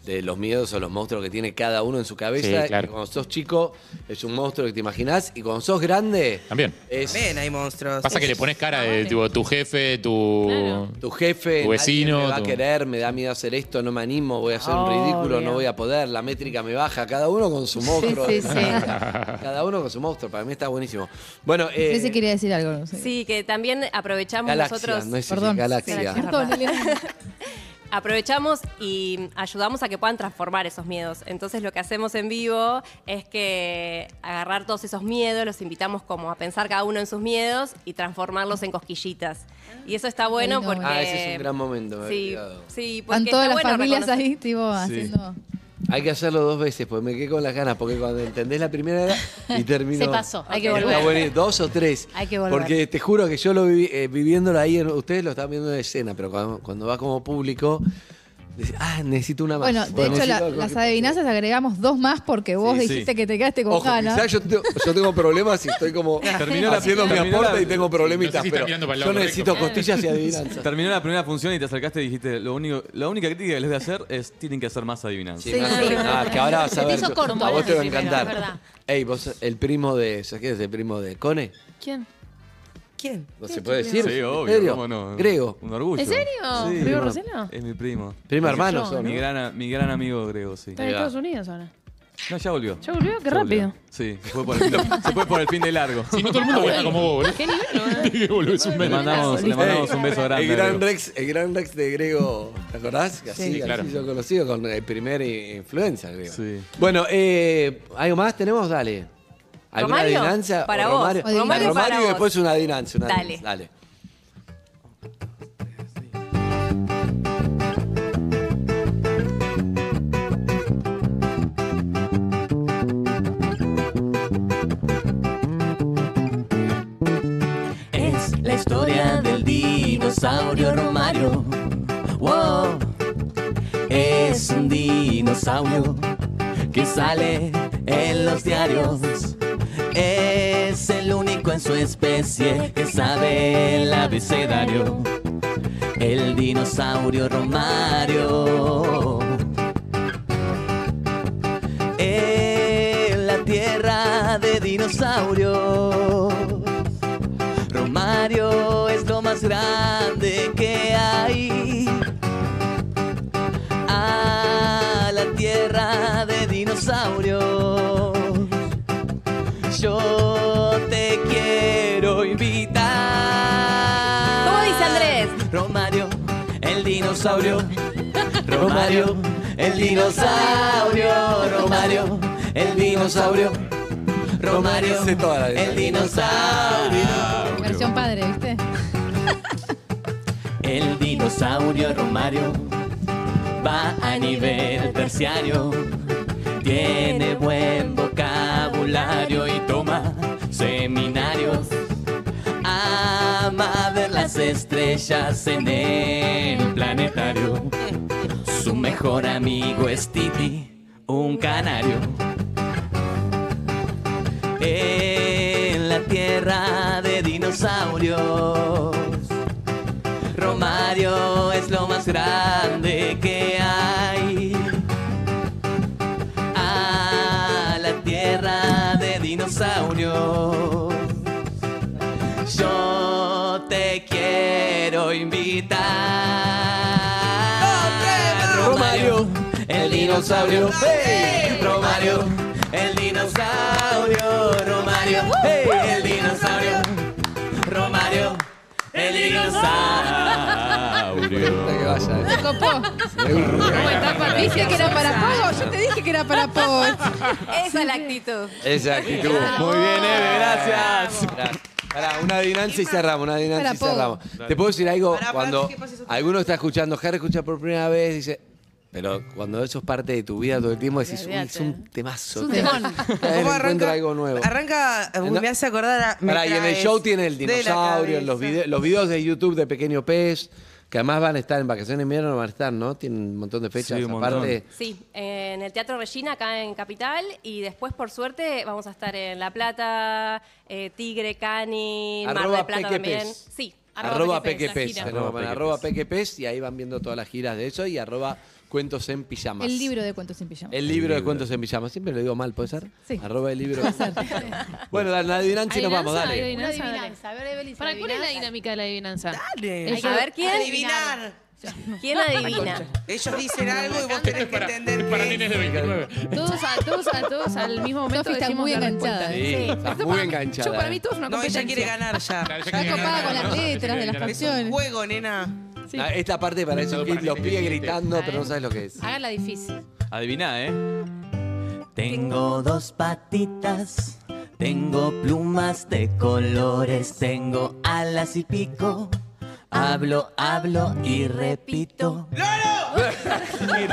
Speaker 2: de los miedos o los monstruos que tiene cada uno en su cabeza.
Speaker 7: Sí, claro.
Speaker 2: Y cuando sos chico es un monstruo que te imaginás y cuando sos grande
Speaker 7: También.
Speaker 2: es
Speaker 5: Ven, hay monstruos.
Speaker 7: Pasa que le pones cara de tipo, tu jefe, tu.
Speaker 2: tu jefe, nadie
Speaker 7: Tu vecino,
Speaker 2: me va a
Speaker 7: tu-
Speaker 2: querer, me da miedo hacer esto, no me animo, voy a hacer un ridículo,
Speaker 6: Obvio.
Speaker 2: no voy a poder, la métrica me baja, cada uno con su monstruo.
Speaker 6: sí, sí.
Speaker 2: Cada uno con su monstruo, para mí está buenísimo. Bueno, eh,
Speaker 4: Ese quería decir algo. no sé.
Speaker 8: Sí, que también aprovechamos
Speaker 2: Galaxia,
Speaker 8: nosotros.
Speaker 2: no es
Speaker 4: Perdón.
Speaker 2: Perdón. Galaxia.
Speaker 8: Galaxia.
Speaker 4: Perdón, Elena.
Speaker 8: aprovechamos y ayudamos a que puedan transformar esos miedos. Entonces lo que hacemos en vivo es que agarrar todos esos miedos, los invitamos como a pensar cada uno en sus miedos y transformarlos en cosquillitas. Y eso está bueno
Speaker 4: Ay, no.
Speaker 8: porque...
Speaker 2: Ah, ese
Speaker 6: Eh,
Speaker 2: es un gran momento. eh, me había
Speaker 8: Sí,
Speaker 2: olvidado.
Speaker 8: sí, porque
Speaker 4: Están todas
Speaker 8: está
Speaker 4: las
Speaker 8: bueno
Speaker 4: familias
Speaker 8: reconocer-
Speaker 4: ahí, tipo, haciendo.
Speaker 2: Hay que hacerlo dos veces, porque me quedé con las ganas, porque cuando entendés la primera edad y termino.
Speaker 6: Se pasó, hay que
Speaker 2: Está
Speaker 6: volver.
Speaker 2: bueno, dos o tres.
Speaker 6: Hay que volver.
Speaker 2: Porque te juro que yo lo viví, eh, viviéndolo ahí, en- ustedes lo están viendo en escena, pero cuando, cuando va como público, decís, ah, necesito una más.
Speaker 4: Bueno, de hecho, la-
Speaker 2: necesito algo
Speaker 4: las
Speaker 2: que-
Speaker 4: adivinanzas agregamos dos más porque vos
Speaker 2: Sí, sí.
Speaker 4: dijiste que te quedaste con
Speaker 2: Ojo,
Speaker 4: ganas.
Speaker 2: quizás yo, te- yo tengo problemas y estoy como
Speaker 1: Terminó la-
Speaker 2: haciendo mi
Speaker 1: terminó la-
Speaker 2: aporte y tengo
Speaker 7: no
Speaker 2: problemitas,
Speaker 7: sé si está
Speaker 2: pero
Speaker 7: mirando para el
Speaker 2: yo
Speaker 7: lado
Speaker 2: necesito
Speaker 7: correcto.
Speaker 2: costillas y adivinanzas.
Speaker 1: Terminó la primera función y te acercaste y dijiste, lo único, la única crítica que les voy a hacer es tienen que hacer más adivinanzas.
Speaker 2: Sí, no, no, no, que ahora vas a
Speaker 6: Se
Speaker 2: ver.
Speaker 6: hizo
Speaker 2: yo-
Speaker 6: corto,
Speaker 2: a vos te va a
Speaker 6: primero,
Speaker 2: encantar.
Speaker 6: es verdad.
Speaker 2: Ey, vos, el primo de. ¿Sabes quién es el primo de Cone?
Speaker 13: ¿Quién?
Speaker 5: ¿Quién?
Speaker 2: ¿No se puede decir?
Speaker 1: Sí,
Speaker 2: ¿En
Speaker 1: obvio,
Speaker 2: serio?
Speaker 1: cómo no.
Speaker 2: Grego.
Speaker 1: Un orgullo.
Speaker 13: ¿En serio? eh,
Speaker 1: Sí.
Speaker 13: ¿Grego Roseno?
Speaker 1: Es mi primo.
Speaker 2: Primo
Speaker 1: Es
Speaker 2: hermano
Speaker 1: mi-
Speaker 2: son,
Speaker 1: Mi
Speaker 2: ¿no?
Speaker 1: gran, mi gran amigo Grego, sí.
Speaker 13: Está en Estados Unidos ahora.
Speaker 1: No, ya volvió.
Speaker 13: ¿Ya volvió? Qué
Speaker 1: Ya volvió.
Speaker 13: rápido.
Speaker 1: Sí, se fue por el fin de, se fue por el fin de largo.
Speaker 7: Si no todo el mundo vuela como vos, boludo.
Speaker 13: ¿Qué ¿eh? nivel, boludo?
Speaker 7: Dije, boludo, es un
Speaker 1: Le
Speaker 7: meme.
Speaker 1: mandamos, le mandamos un beso grande.
Speaker 2: El
Speaker 1: a
Speaker 2: gran,
Speaker 1: Grego.
Speaker 2: Rex, el gran Rex de Grego, ¿te acordás? Que Así,
Speaker 7: Sí, claro.
Speaker 2: así yo conocido con el primer i- influenza, Grego.
Speaker 1: Sí.
Speaker 2: Bueno, eh, ¿algo más tenemos? Dale. ¿Alguna
Speaker 8: Romario,
Speaker 2: adivinanza?
Speaker 8: para
Speaker 2: O
Speaker 8: vos.
Speaker 2: Romario,
Speaker 4: Romario
Speaker 2: Romario
Speaker 8: para
Speaker 2: y
Speaker 8: vos.
Speaker 2: después una adivinanza. una
Speaker 8: Dale.
Speaker 2: adivinanza, Dale.
Speaker 14: Es la historia del dinosaurio Romario. Wow. Es un dinosaurio que sale en los diarios. Es el único en su especie que sabe el abecedario. El dinosaurio Romario. En la tierra de dinosaurios. Romario es lo más grande que hay. A la tierra de dinosaurios. Yo te quiero invitar.
Speaker 8: ¿Cómo dice Andrés?
Speaker 14: Romario, el dinosaurio. Romario, el dinosaurio. Romario, el dinosaurio. Romario,
Speaker 2: Sé toda la
Speaker 14: el
Speaker 2: adivinanza.
Speaker 14: dinosaurio.
Speaker 4: Versión padre, ¿viste?
Speaker 14: El dinosaurio Romario va a nivel terciario. Tiene buen vocabulario y toma seminarios. Ama ver las estrellas en el planetario. Su mejor amigo es Titi, un canario. En la tierra de dinosaurios. Romario es lo más grande que hay. A la tierra de dinosaurios. Yo te quiero invitar. Romario, el dinosaurio. Hey, Romario, el dinosaurio. Romario, hey, el dinosaurio. Romario, el dinosaurio.
Speaker 2: Que vaya, eh.
Speaker 4: Se copó. Viste que era para Pogo. Yo te dije que era para Pogo.
Speaker 6: Esa es la actitud.
Speaker 2: Esa actitud. Muy bien, Eve, gracias. Pará, una adivinanza y cerramos, una adivinanza
Speaker 4: Para,
Speaker 2: y
Speaker 4: Pogo.
Speaker 2: cerramos.
Speaker 4: Dale.
Speaker 2: Te puedo decir algo,
Speaker 4: Pará, pará,
Speaker 2: cuando
Speaker 4: sí, ¿qué pasa? Eso-
Speaker 2: alguno está escuchando, Harry escucha por primera vez, dice, pero cuando eso es parte de tu vida todo el tiempo, decís, uy, es un temazo.
Speaker 5: Es un temón.
Speaker 2: Cada vez
Speaker 5: ¿Cómo
Speaker 2: le encuentro
Speaker 5: arranca?
Speaker 2: algo nuevo.
Speaker 5: Arranca, uy,
Speaker 2: No.
Speaker 5: me hace acordar a. me
Speaker 2: Pará, y en el
Speaker 5: traes
Speaker 2: show tiene el
Speaker 5: de la
Speaker 2: dinosaurio,
Speaker 5: cabeza.
Speaker 2: los, vide- los videos de YouTube de Pequeño Pez, que además van a estar en vacaciones de invierno, van a estar, ¿no? Tienen un montón de fechas.
Speaker 1: Sí, un montón.
Speaker 2: Aparte,
Speaker 8: Sí, en el Teatro Regina, acá en Capital, y después, por suerte, vamos a estar en La Plata, eh, Tigre, Cani, Mar
Speaker 2: Arroba
Speaker 8: del Plata
Speaker 2: Pequepes.
Speaker 8: también. Sí,
Speaker 2: Arroba
Speaker 8: Pequepes,
Speaker 2: Pequepes.
Speaker 8: la gira.
Speaker 2: Arroba, bueno, arroba Pequepes y ahí van viendo todas las giras de eso y arroba Cuentos en Pijamas.
Speaker 4: El libro de cuentos sin pijama.
Speaker 2: El libro de Cuentos en Pijamas. Siempre lo digo mal, ¿puede ser?
Speaker 4: Sí.
Speaker 2: Arroba el libro. bueno, dale, la adivinanza y nos vamos,
Speaker 13: Adivinanza,
Speaker 2: dale.
Speaker 13: adivinanza,
Speaker 4: Una
Speaker 13: dale.
Speaker 4: adivinanza. A ver, Evelyn,
Speaker 13: ¿Para cuál es la
Speaker 4: adivinanza.
Speaker 13: dinámica de la adivinanza?
Speaker 5: Dale.
Speaker 13: Ellos-
Speaker 8: A ver, ¿quién?
Speaker 5: Adivinar.
Speaker 8: ¿Quién adivina?
Speaker 5: Ellos dicen algo y vos tenés que entender.
Speaker 7: Para
Speaker 5: qué
Speaker 7: nenes
Speaker 5: es.
Speaker 7: de 29.
Speaker 13: Todos, a- todos, a- todos al mismo momento
Speaker 4: Sofi está
Speaker 13: decimos
Speaker 4: muy
Speaker 13: la
Speaker 4: enganchada.
Speaker 13: respuesta.
Speaker 2: ¿eh? Sí, estás muy enganchada. eh.
Speaker 13: Yo, para mí todo es una
Speaker 5: No, ella
Speaker 13: competencia.
Speaker 5: quiere ganar ya.
Speaker 4: Está copada con las letras de las
Speaker 5: Es un
Speaker 4: canciones.
Speaker 5: juego, nena.
Speaker 13: Sí.
Speaker 2: Ah, Esta parte parece un
Speaker 14: Todo para
Speaker 2: clip, los
Speaker 14: que
Speaker 2: pibes
Speaker 14: te-
Speaker 2: gritando, pero no sabes lo que es.
Speaker 6: Háganla difícil.
Speaker 1: Adiviná, ¿eh?
Speaker 14: Tengo dos patitas, tengo plumas de colores, tengo alas y pico. Hablo, hablo y repito.
Speaker 2: Tenés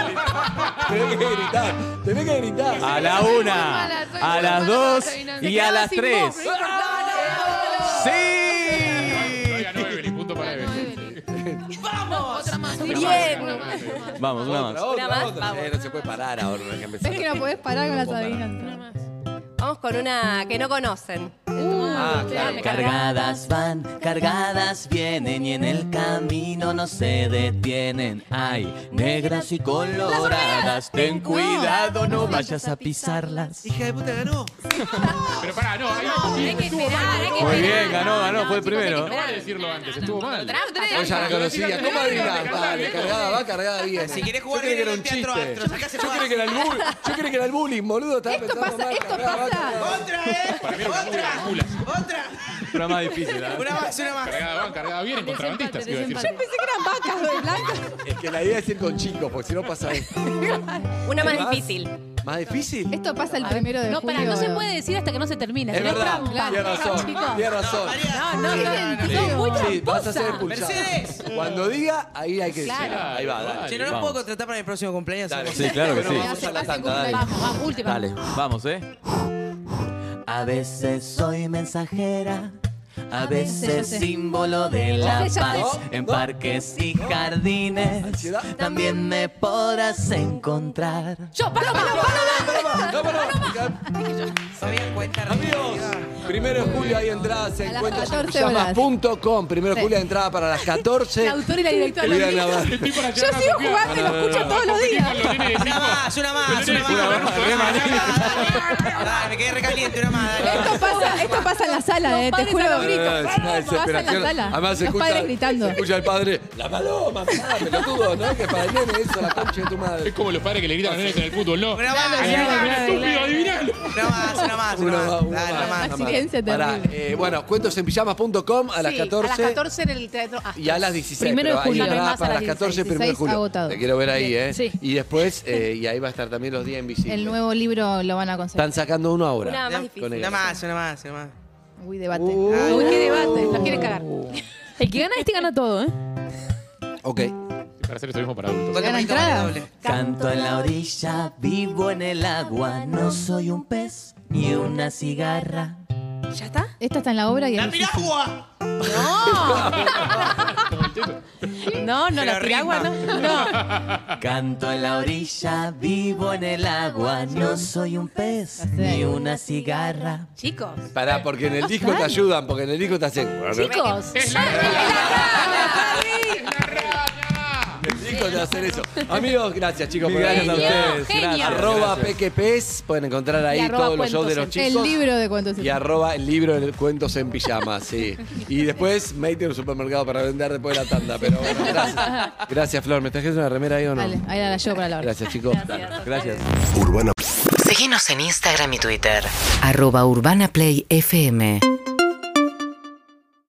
Speaker 2: que gritar, tenés que gritar.
Speaker 1: A la
Speaker 13: mala, soy
Speaker 1: una, a
Speaker 13: muy
Speaker 1: las
Speaker 13: mala
Speaker 1: dos
Speaker 13: para adivinar.
Speaker 1: y
Speaker 13: Me
Speaker 1: a
Speaker 13: quedaba
Speaker 1: las
Speaker 13: sin
Speaker 1: tres.
Speaker 13: voz, no importaba.
Speaker 1: ¡Sí!
Speaker 7: Ganó Evelyn, punto para Evelyn.
Speaker 13: Otra más, otra
Speaker 8: Bien.
Speaker 13: más, una más, una más.
Speaker 1: Vamos, una más.
Speaker 8: Una más, vamos.
Speaker 2: Eh, no se puede parar ahora, no hay que empezar.
Speaker 4: ¿Ves que no podés parar con las
Speaker 2: No puedo parar.
Speaker 4: adivinanzas?
Speaker 8: Vamos con una que no conocen.
Speaker 2: Ah, claro.
Speaker 14: Cargadas van, cargadas vienen y en el camino no se detienen. Hay negras y coloradas, ten cuidado, no vayas a pisarlas.
Speaker 5: Hija de puta ganó.
Speaker 7: Pero pará, no, hay
Speaker 8: Hay que esperar, hay que
Speaker 1: Muy
Speaker 8: esperar.
Speaker 1: bien, ganó, ganó, fue el
Speaker 8: chicos, hay que
Speaker 1: primero.
Speaker 7: No vale decirlo antes, estuvo mal.
Speaker 2: Yo ya la conocía. ¿Cómo adivinar? Dale, cargada va, cargada bien.
Speaker 5: Si querés
Speaker 2: Yo
Speaker 5: jugar
Speaker 2: creí
Speaker 5: en
Speaker 2: que era
Speaker 5: el
Speaker 2: un
Speaker 5: teatro
Speaker 2: chiste.
Speaker 5: astro, sacás el
Speaker 2: Yo creí que era el bullying. Yo creí que era el bullying, boludo. Estaba
Speaker 4: Esto
Speaker 2: pensando
Speaker 4: pasa,
Speaker 2: mal,
Speaker 4: esto
Speaker 2: cargada va,
Speaker 4: pasa.
Speaker 2: cargada va.
Speaker 5: ¡Otra, eh! ¡Otra! ¡Otra!
Speaker 1: Una más difícil, ¿eh?
Speaker 5: Una más, una más.
Speaker 7: Cargada van, cargada vienen, contrabandistas. iba a decir.
Speaker 4: Pensé que eran vacas de blanco.
Speaker 2: Es que la idea es ir con chicos, porque si no pasa esto.
Speaker 8: Una
Speaker 2: ¿Más?
Speaker 8: más difícil.
Speaker 2: ¿Más difícil?
Speaker 4: Esto pasa el primero de
Speaker 6: No,
Speaker 4: julio.
Speaker 6: para, no se puede decir hasta que no se termina.
Speaker 2: Es
Speaker 6: si no
Speaker 2: verdad,
Speaker 6: trampa.
Speaker 2: tiene razón,
Speaker 6: Chicos.
Speaker 2: tiene razón.
Speaker 5: María,
Speaker 6: No, no, no.
Speaker 2: Sí,
Speaker 6: Son muy
Speaker 2: sí, vas a ser
Speaker 6: tramposas.
Speaker 2: expulsado.
Speaker 5: Mercedes.
Speaker 2: Cuando diga, ahí hay que decir.
Speaker 6: Claro.
Speaker 2: Ahí va, dale.
Speaker 5: Che, no lo puedo contratar para mi próximo cumpleaños.
Speaker 2: Dale.
Speaker 1: Sí, claro que sí.
Speaker 2: Bueno, vamos a la tanda, dale.
Speaker 6: Vamos, vamos, última.
Speaker 1: Dale, vamos, ¿eh?
Speaker 14: A veces soy mensajera, a
Speaker 4: A veces
Speaker 14: veces
Speaker 4: yo sé.
Speaker 14: símbolo de
Speaker 4: Ya
Speaker 14: la
Speaker 4: sé, ya
Speaker 14: paz.
Speaker 2: sé.
Speaker 14: En
Speaker 2: No, no,
Speaker 14: parques y jardines
Speaker 2: Ansiedad.
Speaker 14: también me podrás encontrar.
Speaker 6: Yo, Paloma,
Speaker 2: No, pará.
Speaker 5: Sabían cuenta
Speaker 2: Amigos, primero de julio hay entradas en
Speaker 4: las
Speaker 2: cuentosyamas.com. Primero de julio hay entrada para las 14.
Speaker 4: El autor y la directora.
Speaker 2: Mira,
Speaker 4: lo
Speaker 2: nada.
Speaker 4: mismo.
Speaker 7: Estoy para
Speaker 4: Yo
Speaker 7: llegar a
Speaker 4: sigo
Speaker 7: confiar.
Speaker 4: jugando y lo escucho todos los días.
Speaker 7: Los nenes de
Speaker 5: Una
Speaker 7: cinco.
Speaker 5: más, una más,
Speaker 7: Los
Speaker 5: una
Speaker 7: nenes de cinco,
Speaker 5: más.
Speaker 7: Roberto,
Speaker 5: Dale, me quedé recaliente, una más. Dale.
Speaker 4: Esto pasa, esto pasa en la sala, eh, te
Speaker 6: padres
Speaker 4: juro.
Speaker 6: a los gritos.
Speaker 2: Ah, es una
Speaker 4: Pasa en
Speaker 2: desesperación.
Speaker 4: la sala.
Speaker 2: Además, se
Speaker 4: los
Speaker 2: escucha,
Speaker 4: padres gritando.
Speaker 2: se escucha el padre. La paloma, mamá, pelotudo, ¿no? Que para el nene eso, la concha de tu
Speaker 7: Es
Speaker 2: madre.
Speaker 7: como los padres que le gritan a los nenes en el fútbol, no.
Speaker 5: Una más,
Speaker 7: Estúpido, adivinalo.
Speaker 5: una más, una más. Una
Speaker 2: Una más,
Speaker 5: más,
Speaker 2: una
Speaker 5: Dale, una
Speaker 2: más.
Speaker 5: más.
Speaker 2: una
Speaker 4: Exigencia
Speaker 2: más. Pará,
Speaker 4: terrible.
Speaker 2: eh, bueno, cuentosenpijamas.com a las
Speaker 6: Sí,
Speaker 2: 14.
Speaker 6: A las 14 en el teatro. Astros.
Speaker 2: Y a las 16.
Speaker 13: Primero de
Speaker 2: pero hay
Speaker 13: julio.
Speaker 2: entradas
Speaker 6: Ya no hay más
Speaker 2: para
Speaker 6: a
Speaker 2: las
Speaker 6: las
Speaker 2: 14,
Speaker 6: 16,
Speaker 2: primero de julio.
Speaker 4: agotado.
Speaker 2: Te quiero ver ahí, ¿eh?
Speaker 13: Sí.
Speaker 2: Y después, eh, y ahí va a estar también los días invisibles.
Speaker 4: El nuevo libro lo van a conseguir.
Speaker 2: Están sacando uno ahora.
Speaker 8: Una más
Speaker 2: Con
Speaker 8: difícil.
Speaker 2: el-
Speaker 5: Una más, una más, una más.
Speaker 4: Uy, debate.
Speaker 2: Uh.
Speaker 6: Uy, qué debate, nos quieren cagar.
Speaker 13: El que gana este gana todo, ¿eh?
Speaker 2: Ok.
Speaker 7: Para hacer esto mismo para adultos.
Speaker 5: Toca
Speaker 4: ¿Gana
Speaker 5: manito
Speaker 4: entrada?
Speaker 5: para doble.
Speaker 14: Canto en la orilla, vivo en el agua, no soy un pez ni una cigarra.
Speaker 13: ¿Ya está?
Speaker 4: Esta está en la obra y
Speaker 5: ¡La
Speaker 4: es difícil.
Speaker 5: piragua!
Speaker 13: No, no,
Speaker 5: Pero
Speaker 13: la piragua no.
Speaker 5: rima.
Speaker 13: No.
Speaker 14: Canto en la orilla, vivo en el agua, no soy un pez ni una cigarra.
Speaker 6: Chicos.
Speaker 2: Pará, porque en el disco te ayudan, porque en el disco te hacen.
Speaker 6: Chicos.
Speaker 2: El disco te hacen eso. Amigos, gracias chicos por
Speaker 1: Gracias
Speaker 2: venir.
Speaker 1: a ustedes.
Speaker 6: genio.
Speaker 1: Gracias.
Speaker 2: Arroba
Speaker 1: gracias.
Speaker 2: PQPs, pueden encontrar
Speaker 6: Y
Speaker 2: ahí
Speaker 6: arroba
Speaker 2: todos los shows de los
Speaker 6: cuentos
Speaker 2: chicos.
Speaker 4: El libro de cuentos.
Speaker 2: Y arroba el libro de cuentos en pijama, sí. Y después me en un supermercado para vender después de la tanda. Pero bueno, gracias. Gracias, Flor. ¿Me trajiste una remera ahí o no?
Speaker 4: Dale, ahí la yo para la obra.
Speaker 2: Gracias, chicos.
Speaker 1: Gracias.
Speaker 15: Seguinos en Instagram y Twitter. Arroba Urbana Play FM.